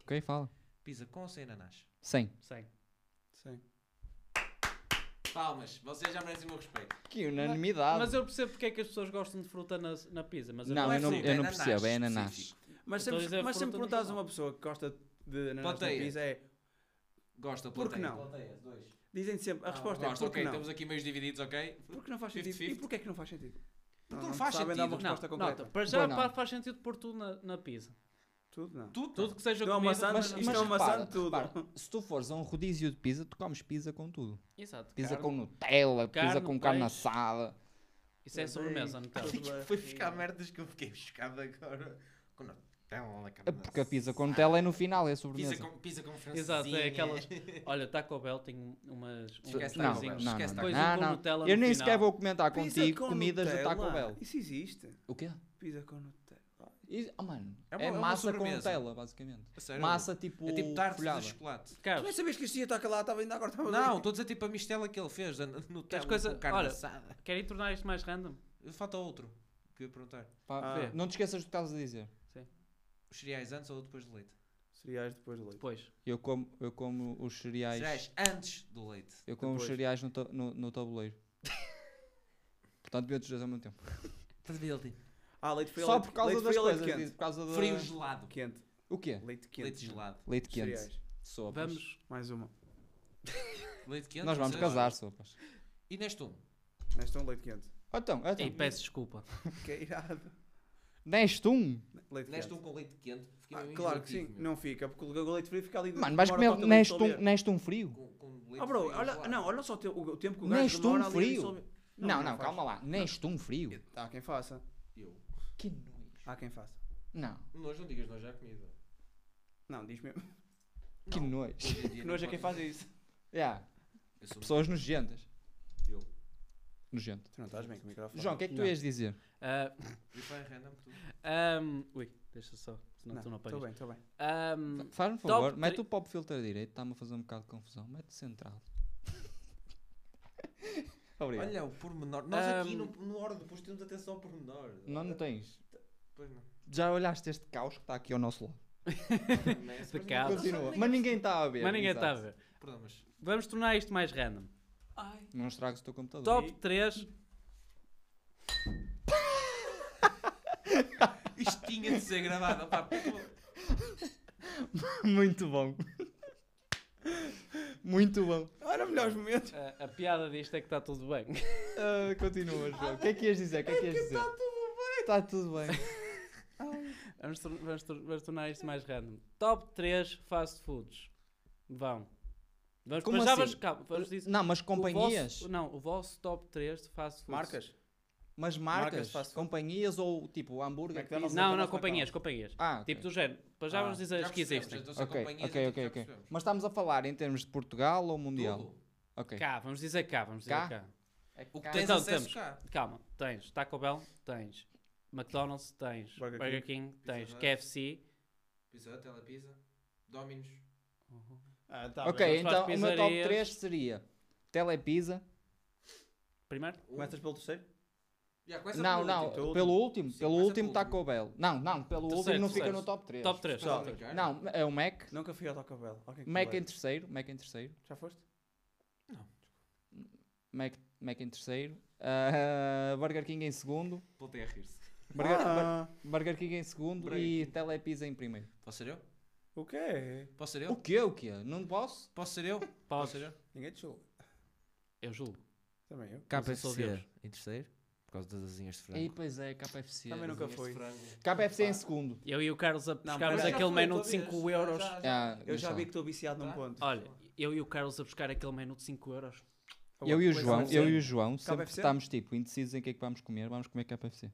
[SPEAKER 1] Ok, fala.
[SPEAKER 4] Pisa com ou sem ananás?
[SPEAKER 1] Cem.
[SPEAKER 3] Sem.
[SPEAKER 2] Sim.
[SPEAKER 4] Palmas, vocês já merecem o meu respeito.
[SPEAKER 1] Que unanimidade.
[SPEAKER 3] Mas eu percebo porque é que as pessoas gostam de fruta na, na pizza. Mas eu
[SPEAKER 1] Ah. Não,
[SPEAKER 4] é
[SPEAKER 1] eu não,
[SPEAKER 4] fruta,
[SPEAKER 1] eu
[SPEAKER 4] é
[SPEAKER 1] não
[SPEAKER 4] ananás
[SPEAKER 1] percebo, é ananás.
[SPEAKER 4] específico.
[SPEAKER 2] Mas
[SPEAKER 3] Então
[SPEAKER 2] sempre,
[SPEAKER 3] isso é
[SPEAKER 2] mas sempre
[SPEAKER 3] fruta no
[SPEAKER 2] perguntas a
[SPEAKER 3] geral.
[SPEAKER 2] uma pessoa que gosta de ananás na
[SPEAKER 4] Plateia.
[SPEAKER 2] pizza é...
[SPEAKER 4] Gosta,
[SPEAKER 2] Por que
[SPEAKER 4] plateia.
[SPEAKER 2] não?
[SPEAKER 4] Plateia, dois.
[SPEAKER 2] Dizem sempre, a
[SPEAKER 4] Não,
[SPEAKER 2] resposta é
[SPEAKER 4] gosta,
[SPEAKER 2] porque
[SPEAKER 4] Ah, ok,
[SPEAKER 2] não.
[SPEAKER 4] estamos aqui meios divididos, ok?
[SPEAKER 2] Porque não faz
[SPEAKER 4] 50-50.
[SPEAKER 2] sentido. E porquê é que não faz sentido?
[SPEAKER 4] Porque não faz
[SPEAKER 2] sabem dar uma
[SPEAKER 4] sentido.
[SPEAKER 2] resposta
[SPEAKER 3] não,
[SPEAKER 2] concreta.
[SPEAKER 3] não, para já
[SPEAKER 1] Bom, não.
[SPEAKER 3] pá, faz sentido pôr tudo na, na pizza.
[SPEAKER 2] Tudo não.
[SPEAKER 4] Tudo,
[SPEAKER 3] Tudo que seja
[SPEAKER 2] Isto é uma
[SPEAKER 3] comida,
[SPEAKER 2] maçã,
[SPEAKER 3] mas-
[SPEAKER 2] isto é
[SPEAKER 1] um
[SPEAKER 2] uma maçã de tudo.
[SPEAKER 1] se tu fores a um rodízio de pizza, tu comes pizza com tudo.
[SPEAKER 3] Exato.
[SPEAKER 1] Pizza
[SPEAKER 3] carne.
[SPEAKER 1] com Nutella, pizza
[SPEAKER 3] Carne,
[SPEAKER 1] com carne
[SPEAKER 3] peixe.
[SPEAKER 1] assada.
[SPEAKER 3] Isso é sobremesa, não tem?
[SPEAKER 4] Foi buscar merdas que eu fiquei buscado agora. Com um Nutella,
[SPEAKER 1] É Porque a pizza com Nutella é no final, é a sobremesa.
[SPEAKER 4] Pizza com, pizza com francesinha.
[SPEAKER 3] Exato, é aquelas. Olha, Taco Bell tem umas. uns
[SPEAKER 4] Esquece
[SPEAKER 1] Não,
[SPEAKER 4] Taco Bell,
[SPEAKER 3] pãezinhos.
[SPEAKER 1] não,
[SPEAKER 4] esquece
[SPEAKER 1] não,
[SPEAKER 4] Taco
[SPEAKER 1] não,
[SPEAKER 3] Bell.
[SPEAKER 1] não.
[SPEAKER 3] Depois um com Nutella no
[SPEAKER 1] Eu nem
[SPEAKER 3] final.
[SPEAKER 1] sequer vou comentar contigo tá comidas
[SPEAKER 2] de
[SPEAKER 1] de Taco Bell.
[SPEAKER 2] Isso existe.
[SPEAKER 1] O quê?
[SPEAKER 2] Pizza com Nutella.
[SPEAKER 1] Isso- ah, mano,
[SPEAKER 4] É
[SPEAKER 1] é,
[SPEAKER 4] uma- é uma
[SPEAKER 1] massa com
[SPEAKER 4] sobremesa.
[SPEAKER 1] Nutella, basicamente.
[SPEAKER 4] Sério?
[SPEAKER 1] Massa tipo.
[SPEAKER 4] É tipo tarte
[SPEAKER 1] folhada.
[SPEAKER 4] de chocolate.
[SPEAKER 2] Tu nem
[SPEAKER 3] Carlos,
[SPEAKER 2] sabias que existia Taco lá, estava ainda agora estava
[SPEAKER 4] Não, estou a dizer tipo a mistela que ele fez, a Nutella
[SPEAKER 3] coisa-
[SPEAKER 4] com carne
[SPEAKER 3] olha.
[SPEAKER 4] assada.
[SPEAKER 3] querem tornar isto mais random?
[SPEAKER 4] Falta outro que eu ia perguntar.
[SPEAKER 1] Pá,
[SPEAKER 2] Ah.
[SPEAKER 1] vê, Não te esqueças do que estavas a dizer.
[SPEAKER 4] Os cereais antes ou depois do leite?
[SPEAKER 2] Cereais depois de leite.
[SPEAKER 3] Depois.
[SPEAKER 1] Eu como, eu como os cereais.
[SPEAKER 4] Cereais antes do leite.
[SPEAKER 1] Eu como os
[SPEAKER 2] Depois.
[SPEAKER 1] cereais no, ta- no, no tabuleiro. Portanto, vi outros dois ao mesmo tempo.
[SPEAKER 4] Estás a ver, ele tem
[SPEAKER 2] Ah, leite foi a
[SPEAKER 1] Só
[SPEAKER 2] leite,
[SPEAKER 1] por causa
[SPEAKER 2] leite
[SPEAKER 1] das
[SPEAKER 2] foi a leite
[SPEAKER 1] coisas. diz,
[SPEAKER 2] quente.
[SPEAKER 1] Por causa da...
[SPEAKER 4] frio gelado.
[SPEAKER 2] Quente.
[SPEAKER 1] O quê?
[SPEAKER 2] Leite quente.
[SPEAKER 4] Leite gelado.
[SPEAKER 1] Leite quente.
[SPEAKER 2] Cereais.
[SPEAKER 1] Sopas.
[SPEAKER 3] Vamos.
[SPEAKER 2] Mais uma.
[SPEAKER 4] Leite quente.
[SPEAKER 1] Nós vamos
[SPEAKER 4] não sei.
[SPEAKER 1] casar, sopas.
[SPEAKER 4] E neste um?
[SPEAKER 2] Nesta é um leite quente.
[SPEAKER 1] Ah, Então, ah, então.
[SPEAKER 3] Ei, peço desculpa.
[SPEAKER 2] Que irado.
[SPEAKER 1] Neste um?
[SPEAKER 2] Leite
[SPEAKER 4] Neste um
[SPEAKER 2] quente.
[SPEAKER 4] com leite quente, fiquei
[SPEAKER 2] Ah,
[SPEAKER 4] meio
[SPEAKER 2] claro que sim,
[SPEAKER 4] enjoativo, meu.
[SPEAKER 2] não fica, porque o leite frio fica ali. de-
[SPEAKER 1] Mano, vais
[SPEAKER 2] demora
[SPEAKER 1] comer
[SPEAKER 2] para o leite
[SPEAKER 1] neste um,
[SPEAKER 2] dissolver.
[SPEAKER 1] neste um frio?
[SPEAKER 4] Com, com leite
[SPEAKER 2] Ah, bro,
[SPEAKER 4] frio, é
[SPEAKER 2] olha,
[SPEAKER 4] claro.
[SPEAKER 2] não, olha só o, teu- o tempo que o gajo
[SPEAKER 1] Neste um
[SPEAKER 2] demora ali a
[SPEAKER 1] frio.
[SPEAKER 2] dissolver.
[SPEAKER 1] Não, não,
[SPEAKER 2] faz.
[SPEAKER 1] calma lá. Neste um frio?
[SPEAKER 2] Há Tá, quem faça.
[SPEAKER 4] Eu.
[SPEAKER 1] Que nojo.
[SPEAKER 2] Há quem faça.
[SPEAKER 1] Não,
[SPEAKER 4] Nós não digas nós já comida.
[SPEAKER 2] Não, diz mesmo.
[SPEAKER 1] que
[SPEAKER 4] Não.
[SPEAKER 1] nojo.
[SPEAKER 4] Hoje em dia
[SPEAKER 2] Que
[SPEAKER 4] não
[SPEAKER 2] nojo é
[SPEAKER 4] pode
[SPEAKER 2] quem faz
[SPEAKER 4] dizer.
[SPEAKER 2] isso.
[SPEAKER 1] Yeah,
[SPEAKER 4] Eu sou
[SPEAKER 1] pessoas nojentas.
[SPEAKER 4] eu.
[SPEAKER 1] Nojento.
[SPEAKER 2] Tu não estás bem com o microfone.
[SPEAKER 1] João, o que é que tu
[SPEAKER 3] Não.
[SPEAKER 1] ias dizer?
[SPEAKER 3] Ah,
[SPEAKER 4] E vai random tudo.
[SPEAKER 3] ahm, ui, deixa só, senão tu não
[SPEAKER 2] Estou
[SPEAKER 3] apanhas.
[SPEAKER 2] bem, estou bem.
[SPEAKER 3] Ahm,
[SPEAKER 1] Fa- Faz-me
[SPEAKER 3] Hum. Top
[SPEAKER 1] favor,
[SPEAKER 3] tre-
[SPEAKER 1] mete o pop filter direito, está-me a fazer um bocado de confusão. Mete central. Obrigado.
[SPEAKER 4] Olha, o pormenor. Nós aqui
[SPEAKER 3] Ahm.
[SPEAKER 4] no, no hora depois temos atenção ao pormenor.
[SPEAKER 1] não, não tens.
[SPEAKER 4] Pois não.
[SPEAKER 1] Já olhaste este caos que está aqui ao nosso lado.
[SPEAKER 4] Mas não-
[SPEAKER 3] caos.
[SPEAKER 1] Continua. Mas ninguém está a ver.
[SPEAKER 3] Ah. mas ninguém está a
[SPEAKER 1] exato.
[SPEAKER 3] ver.
[SPEAKER 4] Perdão, mas.
[SPEAKER 3] Vamos tornar isto mais random.
[SPEAKER 1] Não estragas o teu computador.
[SPEAKER 3] Top 3.
[SPEAKER 4] Isto tinha de ser gravado. opá, pô.
[SPEAKER 1] Muito bom. Muito bom.
[SPEAKER 2] Olha, melhores momentos.
[SPEAKER 3] A, a piada disto é que está tudo bem.
[SPEAKER 1] Ah, continua, João. O que é que ias dizer? O que é que ias dizer?
[SPEAKER 3] tá
[SPEAKER 1] Está tudo bem.
[SPEAKER 3] Vamos, tor- vamos tor- vamos tornar isto mais random. Top 3 fast foods. Vão. Vamos
[SPEAKER 1] Como
[SPEAKER 3] mas já
[SPEAKER 1] assim?
[SPEAKER 3] vamos, calma, vamos dizer-
[SPEAKER 1] Não, mas
[SPEAKER 3] o vosso-
[SPEAKER 1] companhias.
[SPEAKER 3] não, o vosso top 3 de fast foods.
[SPEAKER 2] Marcas?
[SPEAKER 1] Mas
[SPEAKER 2] Marcas
[SPEAKER 1] marcas.
[SPEAKER 2] de fast food.
[SPEAKER 1] companhias ou tipo hambúrguer?
[SPEAKER 2] McDonald's,
[SPEAKER 1] pizza?
[SPEAKER 3] Não,
[SPEAKER 2] Não,
[SPEAKER 3] não,
[SPEAKER 2] não,
[SPEAKER 3] companhias, companhias.
[SPEAKER 1] Ah, ok.
[SPEAKER 3] Tipo do género. Para já
[SPEAKER 1] Ah.
[SPEAKER 3] vamos dizer
[SPEAKER 4] Já
[SPEAKER 3] as que
[SPEAKER 4] percebemos,
[SPEAKER 3] existem.
[SPEAKER 4] então são
[SPEAKER 1] Ok,
[SPEAKER 4] companhias,
[SPEAKER 1] ok,
[SPEAKER 4] então
[SPEAKER 1] ok,
[SPEAKER 4] já
[SPEAKER 1] ok.
[SPEAKER 4] percebemos.
[SPEAKER 1] Mas estamos a falar em termos de Portugal ou mundial?
[SPEAKER 4] Tudo.
[SPEAKER 1] Ok.
[SPEAKER 3] Cá, vamos dizer cá, vamos dizer
[SPEAKER 1] Cá?
[SPEAKER 3] cá.
[SPEAKER 4] O que
[SPEAKER 1] Cá-
[SPEAKER 4] tens
[SPEAKER 3] Então,
[SPEAKER 4] acesso
[SPEAKER 3] temos.
[SPEAKER 4] cá.
[SPEAKER 3] Calma, tens Taco Bell, tens McDonald's, tens
[SPEAKER 2] Burger
[SPEAKER 3] Burger, King, tens
[SPEAKER 4] Hut.
[SPEAKER 3] KFC.
[SPEAKER 4] Pizza Hut, Ela Pizza, Dominos.
[SPEAKER 2] Ah, tá
[SPEAKER 1] ok,
[SPEAKER 2] bem.
[SPEAKER 3] Vamos para
[SPEAKER 1] então
[SPEAKER 3] as
[SPEAKER 1] o meu top
[SPEAKER 3] pizzarias.
[SPEAKER 1] 3 seria Telepizza.
[SPEAKER 3] Primeiro?
[SPEAKER 4] Um.
[SPEAKER 2] Começas pelo terceiro?
[SPEAKER 4] Já, começa
[SPEAKER 1] Não,
[SPEAKER 4] pelo
[SPEAKER 1] não,
[SPEAKER 4] último.
[SPEAKER 2] último.
[SPEAKER 1] pelo último,
[SPEAKER 4] Sim,
[SPEAKER 1] pelo
[SPEAKER 4] começa
[SPEAKER 1] último tá
[SPEAKER 4] pelo
[SPEAKER 1] Taco Bell. Não, não, pelo
[SPEAKER 3] Terceiro,
[SPEAKER 1] último não fica
[SPEAKER 3] terceiro.
[SPEAKER 1] no top 3.
[SPEAKER 3] Top 3.
[SPEAKER 4] Estás a
[SPEAKER 2] Só.
[SPEAKER 4] brincar?
[SPEAKER 1] Não, é o Mac.
[SPEAKER 2] Nunca fui ao Taco Bell. Alguém que
[SPEAKER 1] Mac
[SPEAKER 2] me
[SPEAKER 1] em
[SPEAKER 2] leve.
[SPEAKER 1] terceiro, Mac em terceiro.
[SPEAKER 2] Já foste?
[SPEAKER 1] Mac, Mac em terceiro. Ah, Burger King em segundo.
[SPEAKER 4] Voltei a rir-se.
[SPEAKER 1] Burger,
[SPEAKER 2] Ah,
[SPEAKER 1] Bur- Burger King em segundo
[SPEAKER 4] Burger
[SPEAKER 1] e
[SPEAKER 4] King.
[SPEAKER 1] Telepizza em primeiro.
[SPEAKER 4] Posso ser eu?
[SPEAKER 2] o quê?
[SPEAKER 4] Posso ser
[SPEAKER 1] O
[SPEAKER 4] eu?
[SPEAKER 1] quê? O quê? Não posso?
[SPEAKER 4] Posso ser eu? Posso
[SPEAKER 3] Podes.
[SPEAKER 4] ser eu?
[SPEAKER 2] Ninguém te julga.
[SPEAKER 3] Eu julgo.
[SPEAKER 2] Também eu.
[SPEAKER 3] Mas eu sou Deus.
[SPEAKER 4] KFC em terceiro, por causa das asinhas de
[SPEAKER 1] Aí
[SPEAKER 4] frango.
[SPEAKER 1] pois é, KFC.
[SPEAKER 2] Também nunca
[SPEAKER 4] Asinhas de
[SPEAKER 2] fui.
[SPEAKER 4] frango.
[SPEAKER 1] KFC em segundo.
[SPEAKER 3] Eu e o Carlos a
[SPEAKER 2] mas
[SPEAKER 3] buscarmos
[SPEAKER 2] já
[SPEAKER 3] aquele
[SPEAKER 2] fui,
[SPEAKER 3] menu de
[SPEAKER 2] talvez.
[SPEAKER 3] 5
[SPEAKER 4] é Já,
[SPEAKER 3] euros.
[SPEAKER 4] já, já.
[SPEAKER 1] Ah,
[SPEAKER 2] Eu já
[SPEAKER 1] mas
[SPEAKER 2] vi
[SPEAKER 1] só.
[SPEAKER 2] que estou viciado num
[SPEAKER 4] Tá.
[SPEAKER 2] ponto.
[SPEAKER 3] Olha, eu e o Carlos a buscar aquele menu de 5 euros.
[SPEAKER 2] Então, é
[SPEAKER 1] Eu e o João, eu e o João,
[SPEAKER 2] KFC?
[SPEAKER 1] sempre que estamos tipo indecisos em que é que vamos comer, vamos comer KFC.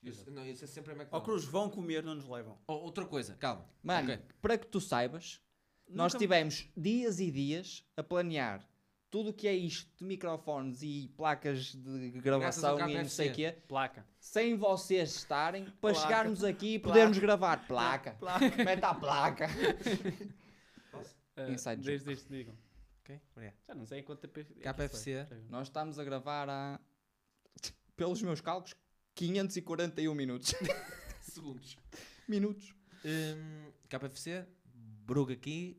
[SPEAKER 4] Isso- Não, isso é sempre a
[SPEAKER 2] Ó
[SPEAKER 4] McDonald's.
[SPEAKER 2] Cruz, vão comer, não nos levam.
[SPEAKER 4] Ou- Outra coisa, calma.
[SPEAKER 1] Mano,
[SPEAKER 4] Ok.
[SPEAKER 1] para que tu saibas, nós
[SPEAKER 2] Nunca-
[SPEAKER 1] tivemos dias e dias a planear tudo o que é isto de microfones e placas de gravação e não
[SPEAKER 4] KFC.
[SPEAKER 1] sei o quê,
[SPEAKER 3] Placa.
[SPEAKER 1] sem vocês estarem, para
[SPEAKER 2] Placa.
[SPEAKER 1] chegarmos aqui e
[SPEAKER 2] Placa.
[SPEAKER 1] podermos gravar. Placa.
[SPEAKER 2] Placa.
[SPEAKER 1] Mete a placa.
[SPEAKER 3] Ah,
[SPEAKER 1] Inside joke.
[SPEAKER 3] desde este digam.
[SPEAKER 4] Ok, obrigado.
[SPEAKER 3] Já não sei em quanto tempo. é que
[SPEAKER 4] KFC.
[SPEAKER 3] foi.
[SPEAKER 1] Nós estamos a gravar há, pelos meus cálculos, 541 minutos.
[SPEAKER 4] Segundos.
[SPEAKER 1] minutos.
[SPEAKER 4] Hum, KFC, Bruga aqui,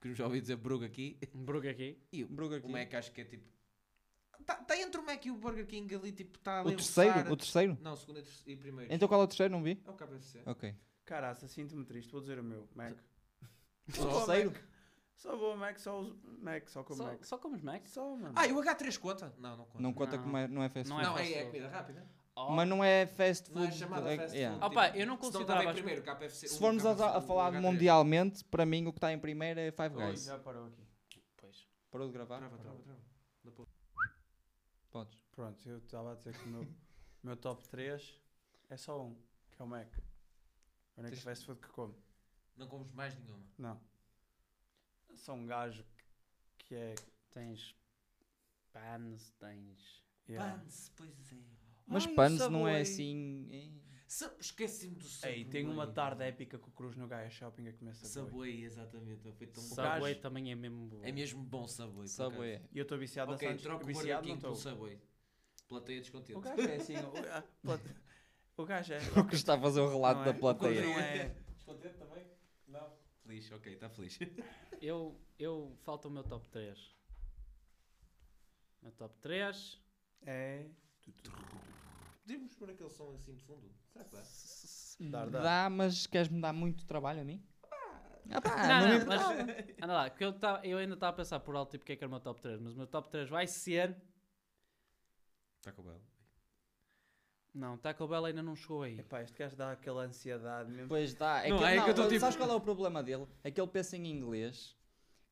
[SPEAKER 4] que eu já ouvi dizer Bruga aqui.
[SPEAKER 3] Um Burger aqui.
[SPEAKER 4] E o,
[SPEAKER 1] Burger
[SPEAKER 4] o
[SPEAKER 1] King.
[SPEAKER 4] Mac acho que é tipo. Está tá entre o Mac e o Burger King ali, tipo, está
[SPEAKER 1] O
[SPEAKER 4] ali. a roçar.
[SPEAKER 1] terceiro? O terceiro?
[SPEAKER 4] Não, o segundo e, terceiro- e primeiro.
[SPEAKER 1] Então qual é o terceiro? Não vi?
[SPEAKER 4] É o KFC.
[SPEAKER 1] Ok.
[SPEAKER 2] Caraca, sinto-me triste. Vou dizer o meu. Mac.
[SPEAKER 1] O
[SPEAKER 2] Só vou ao
[SPEAKER 1] terceiro?
[SPEAKER 2] Mac. Só vou ao Mac, só uso Mac, só como
[SPEAKER 3] Só,
[SPEAKER 2] Mac.
[SPEAKER 3] só comes Mac?
[SPEAKER 2] Só, mano.
[SPEAKER 4] Ah, e o H3 conta? Não, não conta.
[SPEAKER 1] Não conta
[SPEAKER 3] Não.
[SPEAKER 1] como é, não é fast
[SPEAKER 3] Não
[SPEAKER 1] food.
[SPEAKER 4] Não, é,
[SPEAKER 3] fast
[SPEAKER 4] é
[SPEAKER 3] food.
[SPEAKER 4] comida rápida.
[SPEAKER 3] Oh,
[SPEAKER 1] Mas não é fast
[SPEAKER 4] Não
[SPEAKER 1] food.
[SPEAKER 4] é chamada
[SPEAKER 1] é-
[SPEAKER 4] fast
[SPEAKER 1] yeah.
[SPEAKER 4] food. Um
[SPEAKER 3] Opa, eu não
[SPEAKER 4] se estava
[SPEAKER 3] considerava
[SPEAKER 4] em
[SPEAKER 3] as-
[SPEAKER 4] primeiro, o KFC.
[SPEAKER 1] Se
[SPEAKER 4] o
[SPEAKER 1] formos a,
[SPEAKER 4] KFC,
[SPEAKER 1] a
[SPEAKER 4] o
[SPEAKER 1] falar de
[SPEAKER 4] H3.
[SPEAKER 1] mundialmente, para mim o que está em primeiro é Five
[SPEAKER 4] Oi.
[SPEAKER 1] Guys.
[SPEAKER 2] Já parou aqui.
[SPEAKER 3] pois.
[SPEAKER 1] Parou de gravar?
[SPEAKER 4] Trava, trava, trava.
[SPEAKER 1] Podes.
[SPEAKER 2] Pronto, eu estava a dizer que o meu, o meu top 3 é só um, que é o Mac. É o único
[SPEAKER 4] Tens-
[SPEAKER 2] fast food que como.
[SPEAKER 4] Não comes mais nenhuma.
[SPEAKER 2] Não. Sou um gajo que, que é.
[SPEAKER 3] Tens panes, tens.
[SPEAKER 2] Yeah.
[SPEAKER 4] Pans, pois é.
[SPEAKER 1] Mas
[SPEAKER 3] Ai,
[SPEAKER 1] panos não é
[SPEAKER 3] Subway.
[SPEAKER 1] assim. é-
[SPEAKER 4] Sa- Esqueci-me do Subway.
[SPEAKER 2] Ei, tenho uma tarde épica com o Cruz no Gaia Shopping a comer Subway.
[SPEAKER 4] Subway, exatamente. Foi tão bom.
[SPEAKER 3] Subway
[SPEAKER 2] gajo-
[SPEAKER 3] também é mesmo bom.
[SPEAKER 4] Então, um É mesmo bom Subway. por
[SPEAKER 1] Subway
[SPEAKER 4] acaso.
[SPEAKER 1] é.
[SPEAKER 2] E eu estou viciado na
[SPEAKER 4] Ok,
[SPEAKER 2] Santos.
[SPEAKER 4] troca o Burger
[SPEAKER 2] viciado não
[SPEAKER 4] King pelo
[SPEAKER 2] estou.
[SPEAKER 4] Subway. Plateia descontente.
[SPEAKER 2] O gajo é assim. O, a- plat- o gajo é.
[SPEAKER 1] O que está a fazer o relato
[SPEAKER 2] Não é.
[SPEAKER 1] da
[SPEAKER 2] O
[SPEAKER 1] plateia.
[SPEAKER 2] Cruz não é.
[SPEAKER 4] Descontente também? Não. Feliz, ok, está feliz.
[SPEAKER 3] Eu, eu falta o meu top 3. Meu top 3.
[SPEAKER 2] É.
[SPEAKER 4] Podemos pôr aquele som assim de fundo? Será que dá?
[SPEAKER 2] Dar, dar.
[SPEAKER 1] Dá, mas queres-me dar muito trabalho a mim? Ah, pá,
[SPEAKER 3] não,
[SPEAKER 1] não me
[SPEAKER 3] não,
[SPEAKER 1] importava.
[SPEAKER 3] mas anda lá, porque eu, tava- eu ainda estava a pensar por alto tipo, porque é que era o meu
[SPEAKER 4] Tá
[SPEAKER 3] top 3, mas o meu top 3 vai ser
[SPEAKER 4] Taco Bell.
[SPEAKER 3] Não, Taco Bell ainda não chegou aí.
[SPEAKER 2] Epá, este gajo dá aquela ansiedade mesmo.
[SPEAKER 1] Pois dá. É
[SPEAKER 4] Não,
[SPEAKER 1] que,
[SPEAKER 4] é
[SPEAKER 1] não,
[SPEAKER 4] que eu tô tipo-
[SPEAKER 1] Sabes qual é o problema dele? É que ele pensa em inglês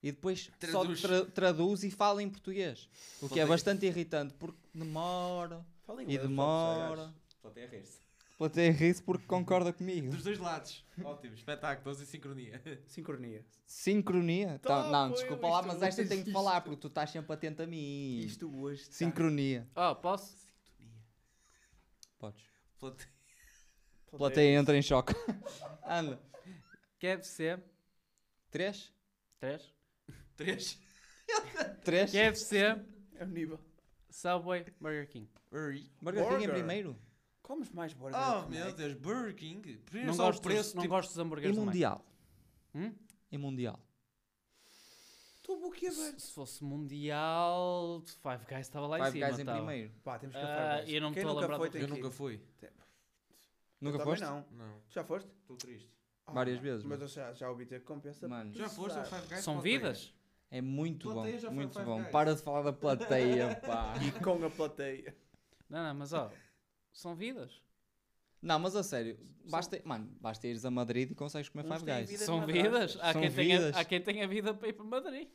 [SPEAKER 1] e depois
[SPEAKER 4] Traduz.
[SPEAKER 1] só tra- traduz e fala em português. O que é
[SPEAKER 4] tem-
[SPEAKER 1] bastante irritante porque demora
[SPEAKER 2] Fala
[SPEAKER 1] e
[SPEAKER 2] inglês,
[SPEAKER 1] demora.
[SPEAKER 4] Estou até a rir-se.
[SPEAKER 1] Vou até rir porque concorda comigo.
[SPEAKER 4] Dos dois lados. Ótimo, espetáculo, estamos em sincronia.
[SPEAKER 2] foda-se, gajo. Sincronia.
[SPEAKER 1] Sincronia? Tá,
[SPEAKER 2] Tá,
[SPEAKER 1] não,
[SPEAKER 2] foi,
[SPEAKER 1] desculpa lá,
[SPEAKER 2] isto-
[SPEAKER 1] mas esta eu tenho que
[SPEAKER 2] isto-
[SPEAKER 1] falar porque tu estás sempre atento a mim.
[SPEAKER 2] Isto hoje. tá-
[SPEAKER 1] Sincronia.
[SPEAKER 3] Oh, posso?
[SPEAKER 1] Podes.
[SPEAKER 4] Plate-
[SPEAKER 1] Plateia entra em choque. Anda.
[SPEAKER 3] KFC.
[SPEAKER 1] Três?
[SPEAKER 3] 3.
[SPEAKER 4] Três.
[SPEAKER 1] Três?
[SPEAKER 3] KFC,
[SPEAKER 2] É o nível.
[SPEAKER 3] Subway, Burger King.
[SPEAKER 1] Burger King em
[SPEAKER 2] Burger.
[SPEAKER 1] é primeiro?
[SPEAKER 2] Comes mais borda.
[SPEAKER 4] Oh meu Deus, Burger King. Primeiro
[SPEAKER 3] Não
[SPEAKER 4] só
[SPEAKER 3] gosto,
[SPEAKER 4] o preço.
[SPEAKER 3] não
[SPEAKER 4] tipo,
[SPEAKER 3] gosto dos
[SPEAKER 1] E
[SPEAKER 3] hambúrgueres do Mac.
[SPEAKER 1] mundial?
[SPEAKER 3] Hum?
[SPEAKER 1] E mundial?
[SPEAKER 2] Tu
[SPEAKER 3] Se, se fosse mundial, Five Guys estava lá
[SPEAKER 1] Five
[SPEAKER 3] em cima.
[SPEAKER 1] Guys em então.
[SPEAKER 3] tava.
[SPEAKER 1] primeiro.
[SPEAKER 2] Pá, temos que
[SPEAKER 3] Ah,
[SPEAKER 2] acabar com
[SPEAKER 3] eu não me
[SPEAKER 2] Quem
[SPEAKER 3] tô a
[SPEAKER 2] nunca
[SPEAKER 3] lembrar
[SPEAKER 2] foi
[SPEAKER 3] do-
[SPEAKER 2] tem
[SPEAKER 4] Eu
[SPEAKER 2] que ir.
[SPEAKER 4] nunca fui.
[SPEAKER 1] Nunca
[SPEAKER 2] Também
[SPEAKER 1] foste?
[SPEAKER 2] não.
[SPEAKER 4] Não,
[SPEAKER 2] Já foste?
[SPEAKER 4] estou triste.
[SPEAKER 2] Ah,
[SPEAKER 1] Várias vezes,
[SPEAKER 2] Mas eu já, já ouvi ter que compensa.
[SPEAKER 1] Mano.
[SPEAKER 4] Já foste ao
[SPEAKER 2] precisar.
[SPEAKER 4] Five Guys?
[SPEAKER 3] São
[SPEAKER 4] Plateia.
[SPEAKER 3] vidas?
[SPEAKER 1] É muito
[SPEAKER 4] Plateia
[SPEAKER 1] bom,
[SPEAKER 4] já foi
[SPEAKER 1] muito
[SPEAKER 4] Five
[SPEAKER 1] bom.
[SPEAKER 4] Guys.
[SPEAKER 1] Para de falar da plateia, pá.
[SPEAKER 2] E com a plateia.
[SPEAKER 3] Não, não, mas ó, são vidas.
[SPEAKER 1] Não, mas a sério, basta, mano, basta ires a Madrid e consegues comer
[SPEAKER 2] Uns
[SPEAKER 1] Five
[SPEAKER 2] têm
[SPEAKER 1] Guys.
[SPEAKER 2] vida- Vidas
[SPEAKER 3] são
[SPEAKER 2] madrastas.
[SPEAKER 3] vidas? Há,
[SPEAKER 1] São
[SPEAKER 3] quem tenha-
[SPEAKER 1] vidas.
[SPEAKER 3] há quem tenha vida para ir para Madrid.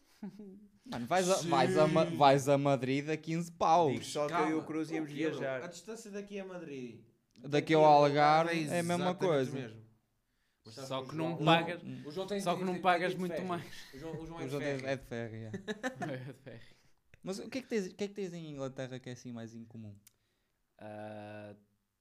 [SPEAKER 1] Mano, vais a, vais, a, Ma-
[SPEAKER 4] Sim.
[SPEAKER 1] vais a Madrid a 15
[SPEAKER 2] Digo
[SPEAKER 1] paus.
[SPEAKER 2] só que eu e o
[SPEAKER 4] Calma,
[SPEAKER 2] Cruz íamos
[SPEAKER 4] o quê, bro? é A
[SPEAKER 2] viajar.
[SPEAKER 4] distância daqui é a Madrid.
[SPEAKER 1] Daqui ao é Algarve é a mesma
[SPEAKER 4] exatamente
[SPEAKER 1] coisa.
[SPEAKER 4] mesmo. Mas sabes
[SPEAKER 3] Só
[SPEAKER 4] o
[SPEAKER 3] que não
[SPEAKER 4] João-
[SPEAKER 3] pagas-
[SPEAKER 4] o João tem-
[SPEAKER 3] só que
[SPEAKER 4] tem-
[SPEAKER 3] não
[SPEAKER 4] tem-
[SPEAKER 3] pagas
[SPEAKER 4] tem de
[SPEAKER 3] muito
[SPEAKER 4] ferro.
[SPEAKER 3] mais.
[SPEAKER 4] O João, o João é
[SPEAKER 1] Os
[SPEAKER 4] de
[SPEAKER 1] hotéis
[SPEAKER 4] ferro.
[SPEAKER 1] é de ferro, é. Mas o que é que, tens, o que é que tens em Inglaterra que é assim mais incomum?
[SPEAKER 3] Ah,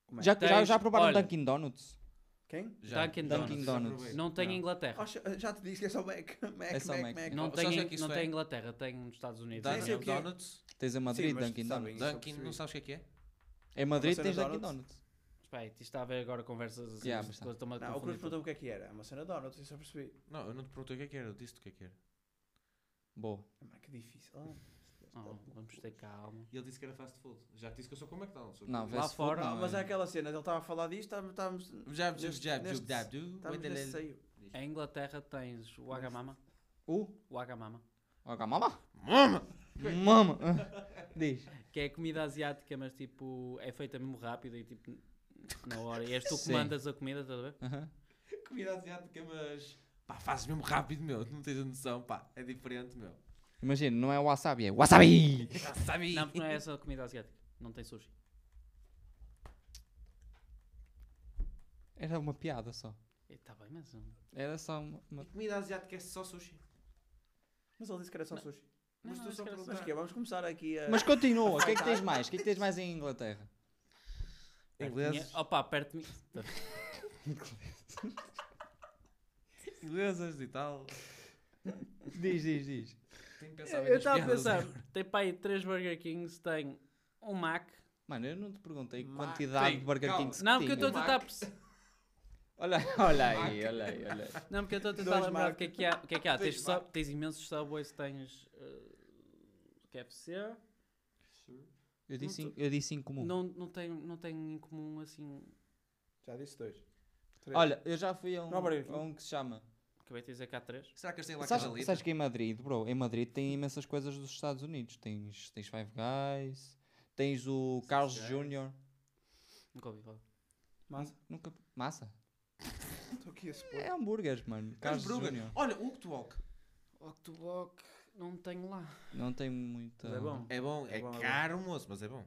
[SPEAKER 2] Mano,
[SPEAKER 1] Já, já,
[SPEAKER 3] tens-
[SPEAKER 1] já provaram
[SPEAKER 3] olha.
[SPEAKER 1] Dunkin' Donuts?
[SPEAKER 2] Quem?
[SPEAKER 4] Já.
[SPEAKER 3] Dunkin'
[SPEAKER 1] Dunkin'
[SPEAKER 3] Donuts.
[SPEAKER 1] Donuts.
[SPEAKER 4] aproveito.
[SPEAKER 3] Não tem
[SPEAKER 1] Não.
[SPEAKER 3] Inglaterra.
[SPEAKER 2] Oh, já- já te disse que é só Mac. Mac,
[SPEAKER 1] É só
[SPEAKER 2] Mac,
[SPEAKER 1] Mac.
[SPEAKER 2] Mac.
[SPEAKER 3] Não,
[SPEAKER 4] Ou
[SPEAKER 3] tem,
[SPEAKER 4] seja,
[SPEAKER 3] em-
[SPEAKER 4] que isso
[SPEAKER 3] não tem
[SPEAKER 4] é-
[SPEAKER 3] Dunkin' tem nos Estados Unidos.
[SPEAKER 2] Dunkin'
[SPEAKER 3] não é?
[SPEAKER 4] Dunkin'
[SPEAKER 2] o que é.
[SPEAKER 4] Donuts.
[SPEAKER 1] Tens em Madrid
[SPEAKER 2] mas
[SPEAKER 1] Dunkin'
[SPEAKER 2] sabem.
[SPEAKER 1] Donuts.
[SPEAKER 2] Isso eu
[SPEAKER 4] Dunkin', não
[SPEAKER 2] percebi.
[SPEAKER 4] sabes o que é que é?
[SPEAKER 1] Em Madrid
[SPEAKER 2] cena
[SPEAKER 1] tens
[SPEAKER 2] de
[SPEAKER 1] Dunkin'
[SPEAKER 2] donuts?
[SPEAKER 1] Donuts.
[SPEAKER 3] Espera aí, isto está a haver agora conversas assim.
[SPEAKER 1] Yeah, mas
[SPEAKER 3] mas
[SPEAKER 1] tá.
[SPEAKER 3] depois estou-me a
[SPEAKER 2] Não, o Cruz
[SPEAKER 3] confundir
[SPEAKER 2] perguntou o que é que era. É uma cena de donuts, isso eu percebi.
[SPEAKER 4] Não, eu não te perguntei o que é que era, eu disse-te o que é que era.
[SPEAKER 1] Boa.
[SPEAKER 2] Mano, que difícil. Ah,
[SPEAKER 3] tudo. Oh, vamos ter calma.
[SPEAKER 4] E ele disse que era fast food. Já te disse que eu sou com o McDonald's. sou
[SPEAKER 1] Não,
[SPEAKER 4] com-
[SPEAKER 1] vê-
[SPEAKER 3] Lá
[SPEAKER 1] Fast food
[SPEAKER 3] fora,
[SPEAKER 1] não,
[SPEAKER 2] mas
[SPEAKER 1] é.
[SPEAKER 2] é aquela cena, ele estava a falar disto, estávamos- estávamos
[SPEAKER 4] Jab, jab,
[SPEAKER 2] Neste-
[SPEAKER 4] jab,
[SPEAKER 2] neste-
[SPEAKER 4] jub, jab, jub.
[SPEAKER 2] estávamos
[SPEAKER 4] Wait a
[SPEAKER 2] nesse
[SPEAKER 4] little-
[SPEAKER 2] seio.
[SPEAKER 3] em Inglaterra tens o Agamama.
[SPEAKER 1] O?
[SPEAKER 3] O Agamama.
[SPEAKER 1] Olha, mama?
[SPEAKER 4] Mama!
[SPEAKER 1] Mama! Diz.
[SPEAKER 3] Que é comida asiática, mas tipo, é feita mesmo rápido e tipo, na hora. E és tu que
[SPEAKER 1] Sim.
[SPEAKER 3] mandas a comida, estás a ver?
[SPEAKER 1] Aham.
[SPEAKER 4] Comida asiática, é, mas. Pá, fazes mesmo rápido, meu. Não tens a noção, pá. É diferente, meu.
[SPEAKER 1] Imagina, não é wasabi, é wasabi!
[SPEAKER 4] Já sabe!
[SPEAKER 3] Não, porque não é essa a comida asiática. Não tem sushi.
[SPEAKER 1] Era uma piada só.
[SPEAKER 3] Está bem, mas. hum,
[SPEAKER 1] Era só uma. uma-
[SPEAKER 4] E comida asiática é só sushi.
[SPEAKER 2] Mas ele disse que era só sushi.
[SPEAKER 3] Não,
[SPEAKER 4] Mas
[SPEAKER 3] não,
[SPEAKER 4] tu
[SPEAKER 3] acho
[SPEAKER 4] só
[SPEAKER 3] que era só
[SPEAKER 2] Mas
[SPEAKER 4] perguntaste.
[SPEAKER 2] que é, vamos começar aqui a...
[SPEAKER 1] Mas continua, o que é que tens mais? O que é que tens mais em Inglaterra?
[SPEAKER 3] perto de
[SPEAKER 4] Ingleses.
[SPEAKER 3] mim é- Opa, perto de mim. tá
[SPEAKER 4] Inglesas e tal.
[SPEAKER 1] Diz, diz, diz.
[SPEAKER 4] Tenho que
[SPEAKER 3] Eu-
[SPEAKER 4] pensar bem
[SPEAKER 3] Eu
[SPEAKER 4] nas
[SPEAKER 3] estava a
[SPEAKER 4] piadas,
[SPEAKER 3] pensar,
[SPEAKER 4] meu.
[SPEAKER 3] tem para aí 3 Burger Kings, tem um Mac.
[SPEAKER 1] Mano, eu não te perguntei
[SPEAKER 2] Mac-
[SPEAKER 1] quantidade
[SPEAKER 4] Ei,
[SPEAKER 1] de Burger
[SPEAKER 4] calma.
[SPEAKER 1] Kings que
[SPEAKER 3] Não, porque eu estou
[SPEAKER 1] tinha.
[SPEAKER 3] a tentar. perce-
[SPEAKER 1] Olha, olha aí, olha aí, olha aí.
[SPEAKER 3] Não, porque eu estou a tentar
[SPEAKER 2] Dois
[SPEAKER 3] lembrar
[SPEAKER 2] Mac.
[SPEAKER 3] o que é que há. O que é que há?
[SPEAKER 4] Dois
[SPEAKER 3] Tens, sub- tens imensos Subways, tens. eh, KFC.
[SPEAKER 1] Eu disse,
[SPEAKER 3] Não
[SPEAKER 1] em- eu disse em comum.
[SPEAKER 3] Não, não, tem, não tem em comum assim.
[SPEAKER 2] Já disse dois. Três.
[SPEAKER 1] Olha, eu já fui a um,
[SPEAKER 2] Não há Burger King.
[SPEAKER 1] a um que se chama.
[SPEAKER 3] Acabei de dizer que há 3.
[SPEAKER 4] Será que eles têm lá
[SPEAKER 1] Sabes,
[SPEAKER 4] casalita?
[SPEAKER 1] sabes que é em Madrid, bro, em Madrid tem imensas coisas dos Estados Unidos. Tens, tens Five Guys, tens o Carlos
[SPEAKER 4] Guys.
[SPEAKER 1] Jr.
[SPEAKER 3] Nunca ouvi falar.
[SPEAKER 2] Mas
[SPEAKER 1] Nunca. Massa?
[SPEAKER 2] estou aqui a supor.
[SPEAKER 1] É hambúrgueres, mano. Carlos
[SPEAKER 4] Burger.
[SPEAKER 1] Jr.
[SPEAKER 4] Olha, o que walk.
[SPEAKER 3] Octobok, não tenho lá.
[SPEAKER 1] Não tem muita.
[SPEAKER 3] Então.
[SPEAKER 2] Mas é bom.
[SPEAKER 4] É bom, é,
[SPEAKER 2] É bom, é bom.
[SPEAKER 4] caro, moço, mas é bom.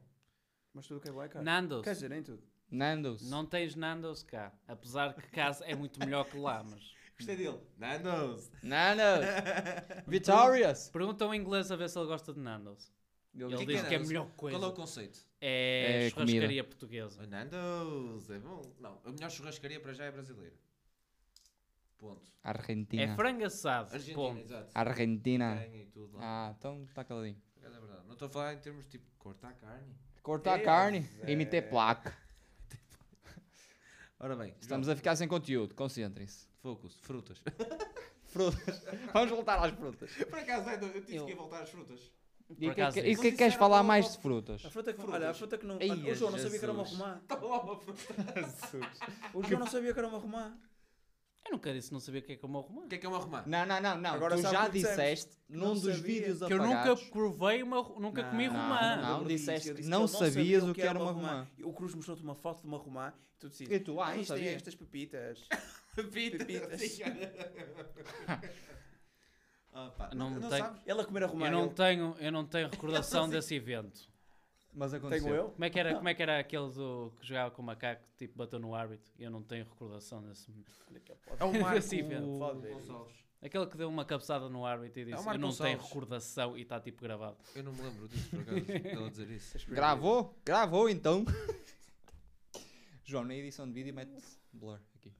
[SPEAKER 2] Mas tudo o que é bom é caro.
[SPEAKER 3] Nandos.
[SPEAKER 2] Quer dizer, nem tudo.
[SPEAKER 1] Nando's.
[SPEAKER 3] Não tens Nandos cá. Apesar que cá é muito melhor que lá, mas.
[SPEAKER 4] Gostei dele. Nando's.
[SPEAKER 1] Nando's. Vitórias.
[SPEAKER 3] Pergunta ao inglês a ver se ele gosta de Nandos. Ele
[SPEAKER 4] que é
[SPEAKER 3] diz que é a
[SPEAKER 4] Nando's?
[SPEAKER 3] melhor coisa.
[SPEAKER 4] Qual é o conceito?
[SPEAKER 3] É,
[SPEAKER 1] É
[SPEAKER 3] churrascaria
[SPEAKER 1] comida.
[SPEAKER 3] portuguesa.
[SPEAKER 4] O Nando's, é bom. Não, a melhor churrascaria para já é brasileira. Ponto.
[SPEAKER 1] Argentina.
[SPEAKER 3] É frango assado.
[SPEAKER 4] Argentina,
[SPEAKER 3] Ponto.
[SPEAKER 4] exato.
[SPEAKER 1] Argentina.
[SPEAKER 4] Tem e tudo lá.
[SPEAKER 1] Ah, então está caladinho.
[SPEAKER 4] Por acaso É verdade. Não estou a falar em termos de tipo cortar carne.
[SPEAKER 1] Cortar a
[SPEAKER 2] Deus,
[SPEAKER 1] carne
[SPEAKER 2] é.
[SPEAKER 1] e meter placa.
[SPEAKER 4] Ora bem,
[SPEAKER 1] Estamos a ficar sem conteúdo, concentrem-se.
[SPEAKER 4] João, focus, frutas.
[SPEAKER 1] Frutas. Vamos voltar às frutas.
[SPEAKER 4] Por acaso, eu
[SPEAKER 1] tive Eu- que ir
[SPEAKER 4] voltar às frutas.
[SPEAKER 1] E o que, é
[SPEAKER 3] acaso
[SPEAKER 1] que, e
[SPEAKER 3] isso.
[SPEAKER 1] o que é que queres
[SPEAKER 4] Mas isso era
[SPEAKER 1] falar
[SPEAKER 4] bom,
[SPEAKER 1] mais
[SPEAKER 4] bom.
[SPEAKER 1] de frutas?
[SPEAKER 2] A fruta que,
[SPEAKER 4] Frutas.
[SPEAKER 2] olha, a fruta que não...
[SPEAKER 1] Ei,
[SPEAKER 2] o
[SPEAKER 4] Oh,
[SPEAKER 3] Tá.
[SPEAKER 2] João não sabia que era uma
[SPEAKER 1] Jesus.
[SPEAKER 2] romã.
[SPEAKER 4] Está lá uma fruta.
[SPEAKER 2] O João não sabia que era uma romã.
[SPEAKER 3] Eu nunca disse não sabia o que é que é o meu romã.
[SPEAKER 4] O que é que é uma romã?
[SPEAKER 1] Não, não, não, não.
[SPEAKER 2] Agora
[SPEAKER 1] tu
[SPEAKER 2] sabe
[SPEAKER 1] já
[SPEAKER 2] o que dissemos.
[SPEAKER 1] disseste num
[SPEAKER 2] Não
[SPEAKER 1] dos
[SPEAKER 2] sabia.
[SPEAKER 1] vídeos
[SPEAKER 3] Que eu nunca
[SPEAKER 1] apagados.
[SPEAKER 3] provei uma, ru- nunca
[SPEAKER 4] Não,
[SPEAKER 3] comi
[SPEAKER 4] não,
[SPEAKER 3] romã.
[SPEAKER 1] não,
[SPEAKER 2] Eu
[SPEAKER 1] disseste
[SPEAKER 2] eu
[SPEAKER 1] que
[SPEAKER 2] que
[SPEAKER 1] não
[SPEAKER 2] eu
[SPEAKER 1] sabias
[SPEAKER 2] sabia
[SPEAKER 1] o que era uma romã.
[SPEAKER 2] E O Cruz mostrou-te uma foto de uma romã e tu disseste,
[SPEAKER 1] E tu, ah, não
[SPEAKER 2] isto é
[SPEAKER 1] sabia.
[SPEAKER 2] estas pepitas.
[SPEAKER 4] Pepitas.
[SPEAKER 2] Pepitas.
[SPEAKER 4] Sim, olha. Ah, pá,
[SPEAKER 3] Não
[SPEAKER 4] nunca-
[SPEAKER 3] tem-
[SPEAKER 4] sabes?
[SPEAKER 2] Ela a comer a romã.
[SPEAKER 3] Eu não
[SPEAKER 2] ele,
[SPEAKER 3] tenho, eu não tenho recordação desse evento.
[SPEAKER 1] Mas aconteceu.
[SPEAKER 2] tenho eu.
[SPEAKER 3] Como é que era, como é que era aquele do, que jogava com o macaco, tipo, bateu no árbitro? Eu não tenho recordação desse momento.
[SPEAKER 2] Olha que eu
[SPEAKER 4] É
[SPEAKER 2] posso.
[SPEAKER 4] o Marco
[SPEAKER 3] Sim, velho.
[SPEAKER 2] Pode ver.
[SPEAKER 4] Gonçalves.
[SPEAKER 3] Aquele que deu uma cabeçada no árbitro e
[SPEAKER 4] É o
[SPEAKER 3] disse, eu
[SPEAKER 4] Marco
[SPEAKER 3] não tenho
[SPEAKER 4] Gonçalves.
[SPEAKER 3] recordação e está tipo gravado.
[SPEAKER 4] Eu não me lembro disso, por acaso, dela dizer isso.
[SPEAKER 2] Tens que ver
[SPEAKER 1] Gravou? Gravou então. João, na edição de vídeo mete blur aqui.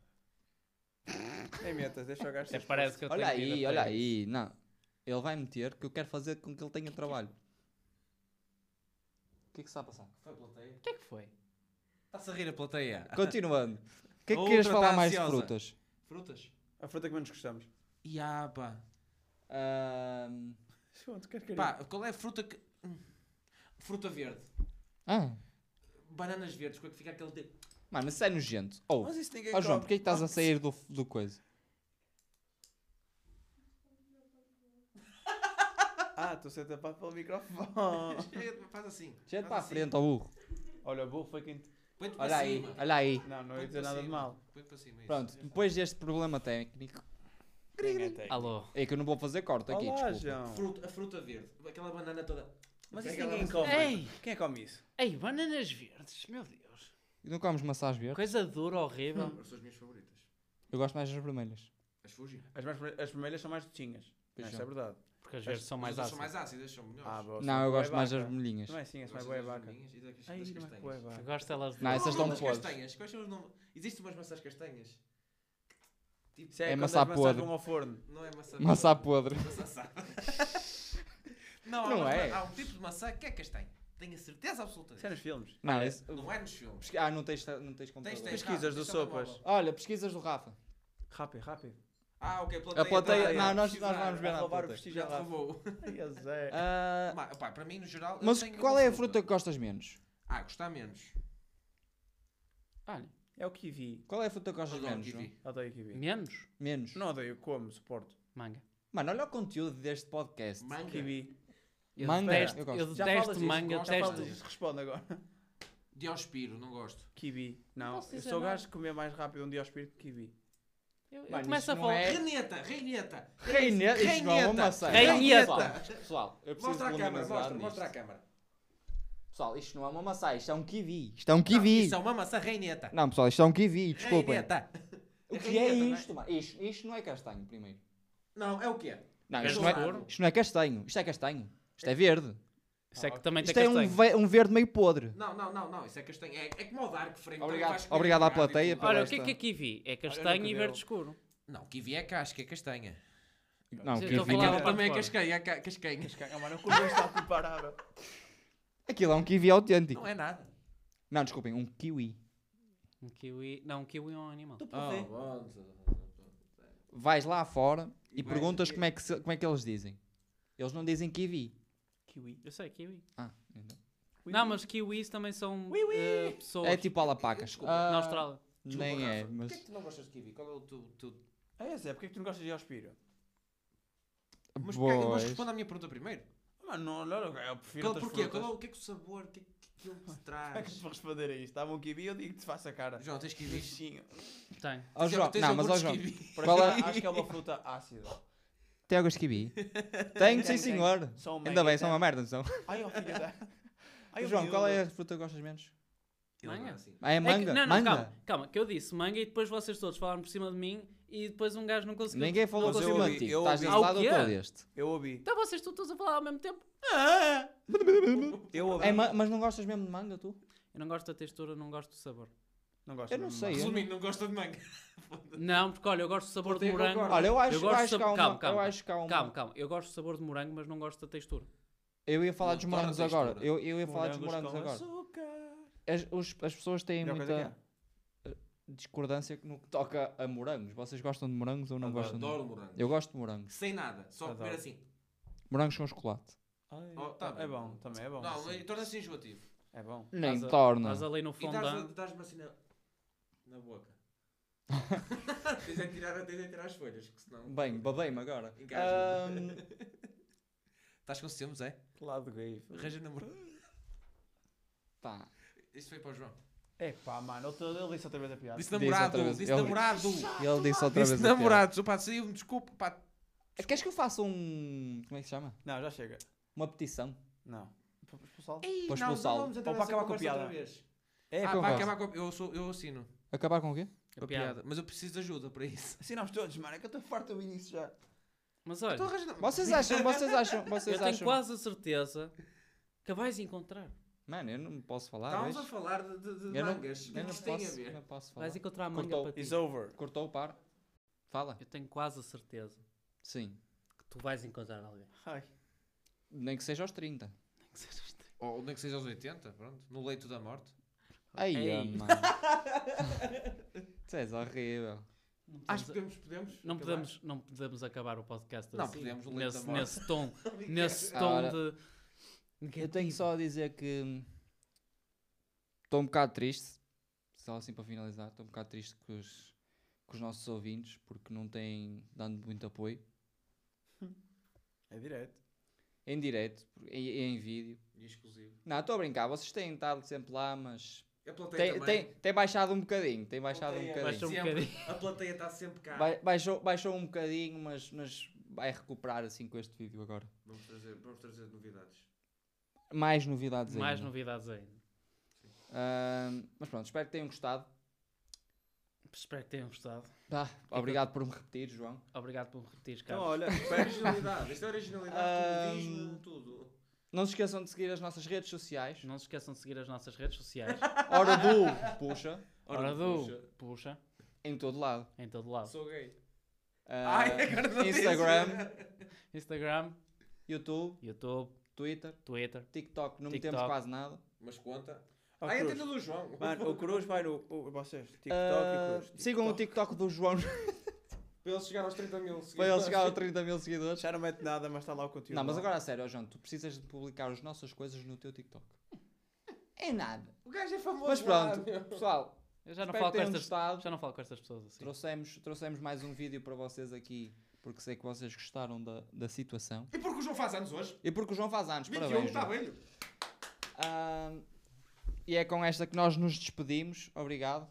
[SPEAKER 2] isso. Nem metas, deixa eu
[SPEAKER 3] Até
[SPEAKER 2] gastar.
[SPEAKER 3] É, parece que eu
[SPEAKER 1] Olha
[SPEAKER 3] tenho vida
[SPEAKER 1] aí,
[SPEAKER 3] para
[SPEAKER 1] olha
[SPEAKER 3] isso.
[SPEAKER 1] aí. Não. Ele vai meter que eu quero fazer com que ele tenha trabalho. O que é que está a passar?
[SPEAKER 4] Foi a plateia?
[SPEAKER 3] O que é que foi?
[SPEAKER 4] Está-se a rir a plateia.
[SPEAKER 1] Continuando. O que é
[SPEAKER 4] A
[SPEAKER 1] que queres
[SPEAKER 4] outra
[SPEAKER 1] falar
[SPEAKER 4] tá
[SPEAKER 1] mais de
[SPEAKER 4] ansiosa.
[SPEAKER 1] frutas?
[SPEAKER 4] Frutas?
[SPEAKER 2] A fruta que menos gostamos.
[SPEAKER 4] Ya, pá.
[SPEAKER 1] Ahm,
[SPEAKER 2] João, tu queres que eu diga?
[SPEAKER 4] Pá, qual é a fruta que... Hum. Fruta verde.
[SPEAKER 1] Ah,
[SPEAKER 4] Bananas verdes, com a que fica aquele... de-
[SPEAKER 1] mano, isso é nojento. Ou,
[SPEAKER 2] Mas isso ninguém
[SPEAKER 1] oh, João,
[SPEAKER 2] come.
[SPEAKER 1] porquê é que estás a sair do, do coisa?
[SPEAKER 2] Ah, estou sendo tapado pelo microfone.
[SPEAKER 4] Faz assim.
[SPEAKER 1] Cheio
[SPEAKER 4] faz
[SPEAKER 1] para a
[SPEAKER 4] assim.
[SPEAKER 1] frente, ó burro.
[SPEAKER 2] Olha, o burro foi quem... te-
[SPEAKER 4] Põe-te para
[SPEAKER 1] Olha aí,
[SPEAKER 4] cima.
[SPEAKER 1] olha aí.
[SPEAKER 2] Não, não ia
[SPEAKER 4] Põe-te
[SPEAKER 2] dizer
[SPEAKER 4] para
[SPEAKER 2] nada de
[SPEAKER 4] cima.
[SPEAKER 2] mal.
[SPEAKER 4] Põe-te para cima, isso.
[SPEAKER 1] Pronto, depois deste problema técnico.
[SPEAKER 3] Alô?
[SPEAKER 1] É que eu não vou fazer corte aqui,
[SPEAKER 2] Olá,
[SPEAKER 1] desculpa.
[SPEAKER 2] João.
[SPEAKER 4] Fruta, a fruta verde. Aquela banana toda...
[SPEAKER 2] Mas
[SPEAKER 4] Pega
[SPEAKER 2] isso
[SPEAKER 4] lá
[SPEAKER 2] ninguém
[SPEAKER 4] no-
[SPEAKER 2] come.
[SPEAKER 3] Ei!
[SPEAKER 2] Quem é que come isso?
[SPEAKER 3] Ei, bananas verdes, meu Deus.
[SPEAKER 1] E Não comes maçãs verdes?
[SPEAKER 3] Coisa dura, horrível.
[SPEAKER 1] Hum.
[SPEAKER 4] São as minhas favoritas.
[SPEAKER 1] Eu gosto mais das vermelhas.
[SPEAKER 4] As Fuji.
[SPEAKER 2] As, mais, as vermelhas são mais docinhas.
[SPEAKER 1] Pois
[SPEAKER 2] Isso
[SPEAKER 1] são.
[SPEAKER 2] é verdade.
[SPEAKER 3] Porque as
[SPEAKER 2] As-
[SPEAKER 3] verdes são
[SPEAKER 4] Mas
[SPEAKER 3] mais
[SPEAKER 4] elas são
[SPEAKER 3] ácidas.
[SPEAKER 4] mais ácidas, são melhores.
[SPEAKER 2] Ah, boa,
[SPEAKER 1] Não, eu
[SPEAKER 2] boa
[SPEAKER 1] gosto mais das
[SPEAKER 2] vaca.
[SPEAKER 1] vermelhinhas.
[SPEAKER 2] Não é assim, essa é
[SPEAKER 4] Gostas
[SPEAKER 2] boa é
[SPEAKER 4] das
[SPEAKER 2] vaca.
[SPEAKER 4] vermelhinhas e das-
[SPEAKER 2] Ai,
[SPEAKER 4] das
[SPEAKER 2] não é
[SPEAKER 4] castanhas.
[SPEAKER 2] boa é
[SPEAKER 3] Eu
[SPEAKER 2] vaca.
[SPEAKER 3] gosto delas de
[SPEAKER 1] Não, essas
[SPEAKER 4] Qual é o
[SPEAKER 1] estão
[SPEAKER 4] nome das
[SPEAKER 1] podres.
[SPEAKER 4] castanhas? Quais são os nomes? Existe umas maçãs castanhas? Tipo,
[SPEAKER 2] Isso é,
[SPEAKER 1] É
[SPEAKER 2] quando
[SPEAKER 1] maçã
[SPEAKER 2] as maçãs
[SPEAKER 1] podre.
[SPEAKER 2] vão ao forno.
[SPEAKER 4] não é maçã.
[SPEAKER 1] Maçã podre.
[SPEAKER 4] Maçã assada. não, há
[SPEAKER 1] Não
[SPEAKER 4] umas-
[SPEAKER 1] é.
[SPEAKER 4] Há um tipo de maçã que é castanha. Tenho a certeza absoluta.
[SPEAKER 2] Isso é nos filmes.
[SPEAKER 1] Não, isso...
[SPEAKER 4] Não é nos filmes.
[SPEAKER 1] pesqui- Ah, não tens, não tens computador.
[SPEAKER 4] Tens- tens
[SPEAKER 2] Pesquisas
[SPEAKER 4] rápido,
[SPEAKER 2] do
[SPEAKER 4] tens telemóvel.
[SPEAKER 2] Sopas.
[SPEAKER 1] Olha, pesquisas do Rafa.
[SPEAKER 2] Rápido, rápido.
[SPEAKER 4] Ah, ok.
[SPEAKER 1] A plateia...
[SPEAKER 2] plateia,
[SPEAKER 1] Não, nós,
[SPEAKER 4] pesquisar.
[SPEAKER 1] nós vamos ver
[SPEAKER 2] Vai
[SPEAKER 1] na
[SPEAKER 2] roubar o
[SPEAKER 1] plateia.
[SPEAKER 2] vestígio
[SPEAKER 4] Já
[SPEAKER 2] lá.
[SPEAKER 4] te roubou.
[SPEAKER 2] Ai, a Zé.
[SPEAKER 1] Ah,
[SPEAKER 4] Mas, opá, para mim, no geral. eu
[SPEAKER 1] Mas
[SPEAKER 4] tenho
[SPEAKER 1] qual
[SPEAKER 4] uma
[SPEAKER 1] é a fruta que gostas menos?
[SPEAKER 4] Ah, gostar menos.
[SPEAKER 1] um
[SPEAKER 3] Olha,
[SPEAKER 2] É o kiwi.
[SPEAKER 1] Qual é a fruta que gostas
[SPEAKER 4] Adoro
[SPEAKER 1] menos? João?
[SPEAKER 4] kiwi.
[SPEAKER 2] Odeio kiwi.
[SPEAKER 3] menos
[SPEAKER 1] Menos.
[SPEAKER 2] Não odeio, como, suporto.
[SPEAKER 3] manga.
[SPEAKER 1] Mano, olha o conteúdo deste podcast.
[SPEAKER 4] Manga.
[SPEAKER 2] Kiwi.
[SPEAKER 3] Eu
[SPEAKER 1] Manga,
[SPEAKER 3] detesto,
[SPEAKER 1] eu gosto.
[SPEAKER 3] eu
[SPEAKER 2] Já
[SPEAKER 3] detesto
[SPEAKER 2] falas disso,
[SPEAKER 3] manga,
[SPEAKER 4] gosto,
[SPEAKER 2] Já
[SPEAKER 4] Teste.
[SPEAKER 2] falas
[SPEAKER 3] detesto.
[SPEAKER 2] disso, responde agora.
[SPEAKER 4] Diospiro, não gosto.
[SPEAKER 2] Kiwi. Não,
[SPEAKER 3] posso
[SPEAKER 2] eu
[SPEAKER 3] dizer
[SPEAKER 2] sou o
[SPEAKER 3] nada.
[SPEAKER 2] gajo que comer mais rápido um dia ao espírito que kiwi.
[SPEAKER 3] Eu, eu
[SPEAKER 1] Mano,
[SPEAKER 3] começo a
[SPEAKER 1] isso não
[SPEAKER 3] falar.
[SPEAKER 1] é-
[SPEAKER 4] Reineta, reineta.
[SPEAKER 1] Reineta. Isto não é uma maçã.
[SPEAKER 3] Reineta.
[SPEAKER 1] Pessoal, Pessoal, eu preciso
[SPEAKER 4] Mostra à câmara,
[SPEAKER 1] luminosar
[SPEAKER 4] mostra,
[SPEAKER 1] nisto.
[SPEAKER 4] mostra à câmara.
[SPEAKER 1] Pessoal, isto não é uma maçã, isto é um kiwi. Isto é um
[SPEAKER 4] Não,
[SPEAKER 1] kiwi.
[SPEAKER 4] Isso é uma maçã reineta.
[SPEAKER 1] Não, pessoal, isto é um kiwi, desculpem.
[SPEAKER 4] Reineta.
[SPEAKER 1] O que é
[SPEAKER 4] Reineta, não é?
[SPEAKER 1] isto, mano? Isto, isto não é castanho, primeiro.
[SPEAKER 4] Não, é o quê?
[SPEAKER 1] Não,
[SPEAKER 3] Verde
[SPEAKER 1] isto não, é,
[SPEAKER 3] escuro.
[SPEAKER 1] isto não é castanho. Isto é castanho. Isto é verde.
[SPEAKER 3] Isso é que também
[SPEAKER 1] Isto
[SPEAKER 3] tem
[SPEAKER 1] é
[SPEAKER 3] castanho.
[SPEAKER 1] um, ve- um verde meio podre.
[SPEAKER 4] Não, não, não, não. Isso é castanho. É, é como o Dark Frame.
[SPEAKER 1] Obrigado.
[SPEAKER 4] também vais comer
[SPEAKER 1] Obrigado à
[SPEAKER 4] um bocado
[SPEAKER 1] plateia
[SPEAKER 4] e tudo.
[SPEAKER 1] pela-
[SPEAKER 3] Olha, o
[SPEAKER 1] esta-
[SPEAKER 3] que é que é kiwi? É
[SPEAKER 2] Olha,
[SPEAKER 3] castanho
[SPEAKER 2] nunca
[SPEAKER 3] e
[SPEAKER 2] deu.
[SPEAKER 3] verde escuro.
[SPEAKER 4] Não, kiwi é casca, é castanha.
[SPEAKER 1] Não, um
[SPEAKER 3] Sim, eu
[SPEAKER 1] kiwi
[SPEAKER 3] estou a
[SPEAKER 1] não.
[SPEAKER 3] falar-
[SPEAKER 4] também é
[SPEAKER 3] fora.
[SPEAKER 4] cascanha, é ca- cascanha.
[SPEAKER 2] Caraca, mano, o Cruz está tipo preparado.
[SPEAKER 1] Aquilo é um kiwi autêntico.
[SPEAKER 4] Não é nada.
[SPEAKER 1] Não, desculpem, um kiwi.
[SPEAKER 3] Um kiwi. Não, um kiwi é um animal.
[SPEAKER 2] Tu
[SPEAKER 1] Tá
[SPEAKER 2] pode ver.
[SPEAKER 1] Vais lá fora e,
[SPEAKER 4] E vais-
[SPEAKER 1] perguntas como é, que se- como é que eles dizem. Eles não dizem kiwi.
[SPEAKER 2] Kiwi.
[SPEAKER 3] Eu sei, kiwi.
[SPEAKER 1] Ah, então.
[SPEAKER 3] Não, mas kiwis também são
[SPEAKER 2] Ui, ui.
[SPEAKER 3] eh, pessoas
[SPEAKER 1] É tipo alapacas.
[SPEAKER 4] Desculpa.
[SPEAKER 1] Ah,
[SPEAKER 3] na Austrália.
[SPEAKER 1] Nem é, mas.
[SPEAKER 4] Porquê que tu não gostas de kiwi? Qual é o teu... teu...
[SPEAKER 2] Ah, é Zé, porquê que tu não gostas de ir ao espírito? Ah,
[SPEAKER 4] Mas, porquê- mas
[SPEAKER 1] Boas.
[SPEAKER 4] responde à minha pergunta primeiro.
[SPEAKER 2] Mano, não, olha, eu prefiro
[SPEAKER 4] Qual,
[SPEAKER 2] outras
[SPEAKER 4] porquê?
[SPEAKER 2] frutas.
[SPEAKER 4] Qual é o, o que é que o sabor? O que é que aquilo te
[SPEAKER 2] Como é que
[SPEAKER 4] traz?
[SPEAKER 2] vou responder a isto? Dá-me um kiwi, eu digo-te faça a cara.
[SPEAKER 4] João, tens kiwi?
[SPEAKER 2] Bichinho.
[SPEAKER 3] Tem. É
[SPEAKER 1] Ó
[SPEAKER 4] Tens-
[SPEAKER 1] João,
[SPEAKER 4] tens
[SPEAKER 1] não, mas ó
[SPEAKER 4] iogurtes
[SPEAKER 1] João.
[SPEAKER 4] kiwi?
[SPEAKER 2] Para
[SPEAKER 1] Qual
[SPEAKER 2] já,
[SPEAKER 1] é-
[SPEAKER 2] acho que é uma fruta ácida.
[SPEAKER 1] Tem águas de kiwi? Tenho, sim
[SPEAKER 2] Tem, tem.
[SPEAKER 1] senhor.
[SPEAKER 2] Só um
[SPEAKER 1] Ainda bem,
[SPEAKER 2] mango,
[SPEAKER 1] são uma merda, são.
[SPEAKER 2] então. Ai, ó filho da... Ai, ó
[SPEAKER 1] João,
[SPEAKER 2] filho
[SPEAKER 1] qual
[SPEAKER 2] da-
[SPEAKER 1] é a fruta que gostas menos?
[SPEAKER 4] Ele não é
[SPEAKER 3] Manga.
[SPEAKER 4] assim.
[SPEAKER 1] Ah, é
[SPEAKER 3] É que-
[SPEAKER 1] manga?
[SPEAKER 3] não, não,
[SPEAKER 1] manga?
[SPEAKER 3] calma, calma, que eu disse manga e depois vocês todos falaram por cima de mim e depois um gajo não conseguiu.
[SPEAKER 1] Ninguém falou por
[SPEAKER 3] não
[SPEAKER 2] mas eu
[SPEAKER 1] cima de
[SPEAKER 2] ouvi-
[SPEAKER 1] ti.
[SPEAKER 2] eu
[SPEAKER 1] Estás
[SPEAKER 2] ouvi.
[SPEAKER 1] deste
[SPEAKER 3] Ah, o
[SPEAKER 1] lado, eu
[SPEAKER 3] quê?
[SPEAKER 1] estou deste.
[SPEAKER 2] Eu ouvi.
[SPEAKER 3] Então vocês todos a falar ao mesmo tempo.
[SPEAKER 2] Eu ouvi.
[SPEAKER 1] É, ma- mas não gostas mesmo de manga, tu?
[SPEAKER 3] Eu não gosto da textura, não gosto do sabor.
[SPEAKER 2] Não gosto
[SPEAKER 1] Eu não
[SPEAKER 2] mesmo.
[SPEAKER 1] sei. eu
[SPEAKER 4] Resumindo, não gosta de manga.
[SPEAKER 3] Não, porque olha, eu gosto do sabor de
[SPEAKER 4] Portanto, eu
[SPEAKER 3] morango.
[SPEAKER 4] concordo.
[SPEAKER 1] Olha, eu acho,
[SPEAKER 3] Eu
[SPEAKER 1] eu
[SPEAKER 3] gosto de
[SPEAKER 1] acho que há
[SPEAKER 3] sab-
[SPEAKER 1] uma...
[SPEAKER 3] calma, calma,
[SPEAKER 1] eu acho que há uma...
[SPEAKER 3] Calma, calma. Eu gosto do sabor de morango, mas não gosto da textura.
[SPEAKER 1] Eu ia falar
[SPEAKER 4] Não,
[SPEAKER 1] dos
[SPEAKER 4] torna
[SPEAKER 1] morangos
[SPEAKER 4] textura.
[SPEAKER 1] agora. Eu, eu ia falar dos
[SPEAKER 2] Morangos
[SPEAKER 1] morangos
[SPEAKER 2] com
[SPEAKER 1] agora.
[SPEAKER 2] açúcar.
[SPEAKER 1] As, os- as pessoas têm
[SPEAKER 2] Melhor coisa
[SPEAKER 1] muita
[SPEAKER 2] que há.
[SPEAKER 1] discordância no que toca a morangos. Vocês gostam de morangos ou não
[SPEAKER 4] Adoro,
[SPEAKER 1] gostam? de-
[SPEAKER 4] adoro morango.
[SPEAKER 1] Eu gosto de morangos.
[SPEAKER 4] Sem nada, só
[SPEAKER 2] Adoro.
[SPEAKER 4] comer assim.
[SPEAKER 1] Morangos com chocolate.
[SPEAKER 2] Ai,
[SPEAKER 4] Oh, tá
[SPEAKER 2] é
[SPEAKER 4] bem.
[SPEAKER 2] bom, também é bom.
[SPEAKER 4] Não, e torna-se enjoativo.
[SPEAKER 2] É bom.
[SPEAKER 1] Nem
[SPEAKER 3] Estás a-
[SPEAKER 1] torna.
[SPEAKER 3] É Estás ali no
[SPEAKER 4] E
[SPEAKER 3] fondant.
[SPEAKER 4] dás-me assim na, na boca. tirar, tenta tirar as folhas, que senão.
[SPEAKER 1] Bem, babei-me agora.
[SPEAKER 4] Engasga-me.
[SPEAKER 1] Ahm,
[SPEAKER 4] Estás com ciúmes, é?
[SPEAKER 2] Lado gay.
[SPEAKER 4] Arranja namorado.
[SPEAKER 1] pá,
[SPEAKER 4] Isto foi para o João.
[SPEAKER 2] É pá, mano, outra- ele disse outra vez a piada.
[SPEAKER 4] Disse
[SPEAKER 1] outra
[SPEAKER 4] namorado,
[SPEAKER 1] vez.
[SPEAKER 4] disse
[SPEAKER 1] Ele-
[SPEAKER 4] namorado.
[SPEAKER 1] ele disse outra
[SPEAKER 4] Disse
[SPEAKER 1] vez. a piada.
[SPEAKER 4] namorados. Opa, saiu-me, desculpa. Pá.
[SPEAKER 1] Queres que eu faça um. Como é que se chama?
[SPEAKER 2] Não, já chega.
[SPEAKER 1] Uma petição.
[SPEAKER 2] Não. Para expulsá-lo?
[SPEAKER 4] Ei,
[SPEAKER 1] Para
[SPEAKER 4] não, não
[SPEAKER 1] expulsá-lo.
[SPEAKER 4] vamos entrar
[SPEAKER 2] Ou para
[SPEAKER 4] nessa
[SPEAKER 2] acabar com a
[SPEAKER 4] conversa
[SPEAKER 2] piada.
[SPEAKER 4] outra vez.
[SPEAKER 1] É,
[SPEAKER 4] Ah,
[SPEAKER 1] que eu
[SPEAKER 4] para
[SPEAKER 1] faço.
[SPEAKER 4] acabar com a eu, sou, eu assino.
[SPEAKER 1] Acabar com o quê?
[SPEAKER 4] A piada. Mas eu preciso de ajuda para isso.
[SPEAKER 2] Assinamos todos, mano, é que eu estou farto de ouvir isso já.
[SPEAKER 3] Mas olha,
[SPEAKER 4] Então arranja namorado.
[SPEAKER 1] Vocês acham, vocês acham,
[SPEAKER 3] eu
[SPEAKER 1] vocês
[SPEAKER 3] tenho
[SPEAKER 1] acham.
[SPEAKER 3] quase a certeza que a vais encontrar.
[SPEAKER 1] Mano, eu não posso falar.
[SPEAKER 4] Estávamos a
[SPEAKER 1] vejo.
[SPEAKER 4] falar de, de, de
[SPEAKER 1] Eu não-
[SPEAKER 4] mangas. O que
[SPEAKER 1] eu não
[SPEAKER 4] isto tem a
[SPEAKER 1] posso-
[SPEAKER 4] ver?
[SPEAKER 1] não posso falar.
[SPEAKER 3] Vais encontrar a manga
[SPEAKER 1] Cortou.
[SPEAKER 3] para ti.
[SPEAKER 2] It's over.
[SPEAKER 1] Cortou o par? Fala.
[SPEAKER 3] Eu tenho quase a certeza
[SPEAKER 1] Sim.
[SPEAKER 3] que tu vais encontrar alguém.
[SPEAKER 2] Ai.
[SPEAKER 1] Nem que seja aos 30.
[SPEAKER 3] Nem que sejas tu.
[SPEAKER 4] Ou nem que seja aos 80, pronto. No leito da morte.
[SPEAKER 1] Aí,
[SPEAKER 3] Ei.
[SPEAKER 1] mano. Tu és é horrível.
[SPEAKER 3] Não podemos-
[SPEAKER 4] Acho que podemos. podemos
[SPEAKER 3] Não
[SPEAKER 4] acabar.
[SPEAKER 3] podemos, não podemos acabar o podcast
[SPEAKER 4] Não
[SPEAKER 3] assim.
[SPEAKER 4] podemos, o leite da
[SPEAKER 3] nesse,
[SPEAKER 4] morte.
[SPEAKER 3] nesse tom, nesse tom
[SPEAKER 1] Ora,
[SPEAKER 3] de
[SPEAKER 1] Eu tenho só a dizer que hum, estou um bocado triste, só assim para finalizar, estou um bocado triste com os, com os nossos ouvintes porque não têm dando muito apoio
[SPEAKER 2] É direto.
[SPEAKER 1] em direto, em, em vídeo.
[SPEAKER 4] E exclusivo.
[SPEAKER 1] Não, estou a brincar, vocês têm estado sempre lá, mas
[SPEAKER 4] A plateia
[SPEAKER 1] tem,
[SPEAKER 4] também.
[SPEAKER 1] tem, tem baixado um bocadinho, tem baixado um
[SPEAKER 4] Plateia,
[SPEAKER 1] bocadinho.
[SPEAKER 3] Baixou um
[SPEAKER 4] sempre.
[SPEAKER 3] bocadinho.
[SPEAKER 4] A plateia está sempre cá.
[SPEAKER 1] Bai- baixou, baixou um bocadinho, mas, mas vai recuperar assim com este vídeo agora.
[SPEAKER 4] Vamos, trazer, vamos trazer novidades.
[SPEAKER 1] Mais novidades
[SPEAKER 3] mais
[SPEAKER 1] ainda.
[SPEAKER 3] novidades ainda.
[SPEAKER 1] Ahm, mas pronto, espero que tenham gostado.
[SPEAKER 3] Espero que tenham gostado.
[SPEAKER 1] Pá, obrigado por me repetir, João.
[SPEAKER 3] Obrigado por me repetir,
[SPEAKER 2] Então,
[SPEAKER 3] Carlos.
[SPEAKER 2] olha,
[SPEAKER 4] Isto é originalidade. Isto é originalidade. Comodismo, tudo.
[SPEAKER 1] Não se esqueçam de seguir as nossas redes sociais.
[SPEAKER 3] Não se esqueçam de seguir as nossas redes sociais.
[SPEAKER 1] Ora do puxa
[SPEAKER 3] Ora do puxa.
[SPEAKER 1] em todo lado.
[SPEAKER 3] em todo lado.
[SPEAKER 4] Sou gay.
[SPEAKER 1] Ah,
[SPEAKER 4] Ai, agora não disse.
[SPEAKER 1] Instagram,
[SPEAKER 3] Instagram,
[SPEAKER 1] YouTube,
[SPEAKER 3] YouTube,
[SPEAKER 1] Twitter,
[SPEAKER 3] Twitter.
[SPEAKER 1] TikTok, não metemos
[SPEAKER 3] TikTok.
[SPEAKER 1] quase nada.
[SPEAKER 4] Mas conta.
[SPEAKER 1] Oh,
[SPEAKER 2] ó,
[SPEAKER 4] Ai,
[SPEAKER 2] Cruz.
[SPEAKER 4] entenda é do João.
[SPEAKER 2] Mano, o Cruz vai no. o- vocês, TikTok
[SPEAKER 1] Ah,
[SPEAKER 2] e Cruz.
[SPEAKER 1] sigam o TikTok do João
[SPEAKER 4] Para ele chegar aos 30 mil
[SPEAKER 1] para ele chegar aos 30 mil seguidores.
[SPEAKER 2] Já não mete nada, mas está lá o conteúdo.
[SPEAKER 1] Não, mas
[SPEAKER 2] lá.
[SPEAKER 1] agora a sério, ó, João, tu precisas de publicar as nossas coisas no teu TikTok. É nada.
[SPEAKER 4] O gajo é famoso.
[SPEAKER 1] Mas pronto,
[SPEAKER 4] lá, meu.
[SPEAKER 1] pessoal,
[SPEAKER 3] Eu já não,
[SPEAKER 1] espero
[SPEAKER 3] falo
[SPEAKER 1] que
[SPEAKER 3] com
[SPEAKER 1] tenham
[SPEAKER 3] estas,
[SPEAKER 1] gostado.
[SPEAKER 3] já não falo com estas pessoas assim.
[SPEAKER 1] Trouxemos, trouxemos mais um vídeo para vocês aqui, porque sei que vocês gostaram da, da situação.
[SPEAKER 4] E porque o João faz anos hoje?
[SPEAKER 1] E porque o João faz anos,
[SPEAKER 4] 21,
[SPEAKER 1] parabéns.
[SPEAKER 4] está
[SPEAKER 1] João.
[SPEAKER 4] velho.
[SPEAKER 1] Ahm, e é com esta que nós nos despedimos. Obrigado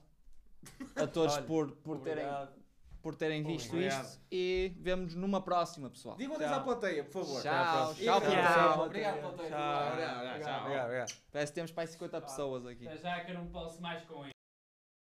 [SPEAKER 1] a todos
[SPEAKER 2] Olha,
[SPEAKER 1] por, por, terem,
[SPEAKER 2] Obrigado.
[SPEAKER 1] por terem visto
[SPEAKER 4] Obrigado.
[SPEAKER 1] isto. E vemos-nos numa próxima, pessoal.
[SPEAKER 4] Digam adeus à plateia, por favor.
[SPEAKER 1] Tchau. Tchau,
[SPEAKER 4] pessoal.
[SPEAKER 1] pessoal.
[SPEAKER 4] Obrigado, plateia.
[SPEAKER 2] Tchau.
[SPEAKER 4] Obrigado, tchau.
[SPEAKER 2] Obrigado, obrigado.
[SPEAKER 1] Parece que temos para aí 50 pessoas aqui.
[SPEAKER 3] Já que eu não posso mais com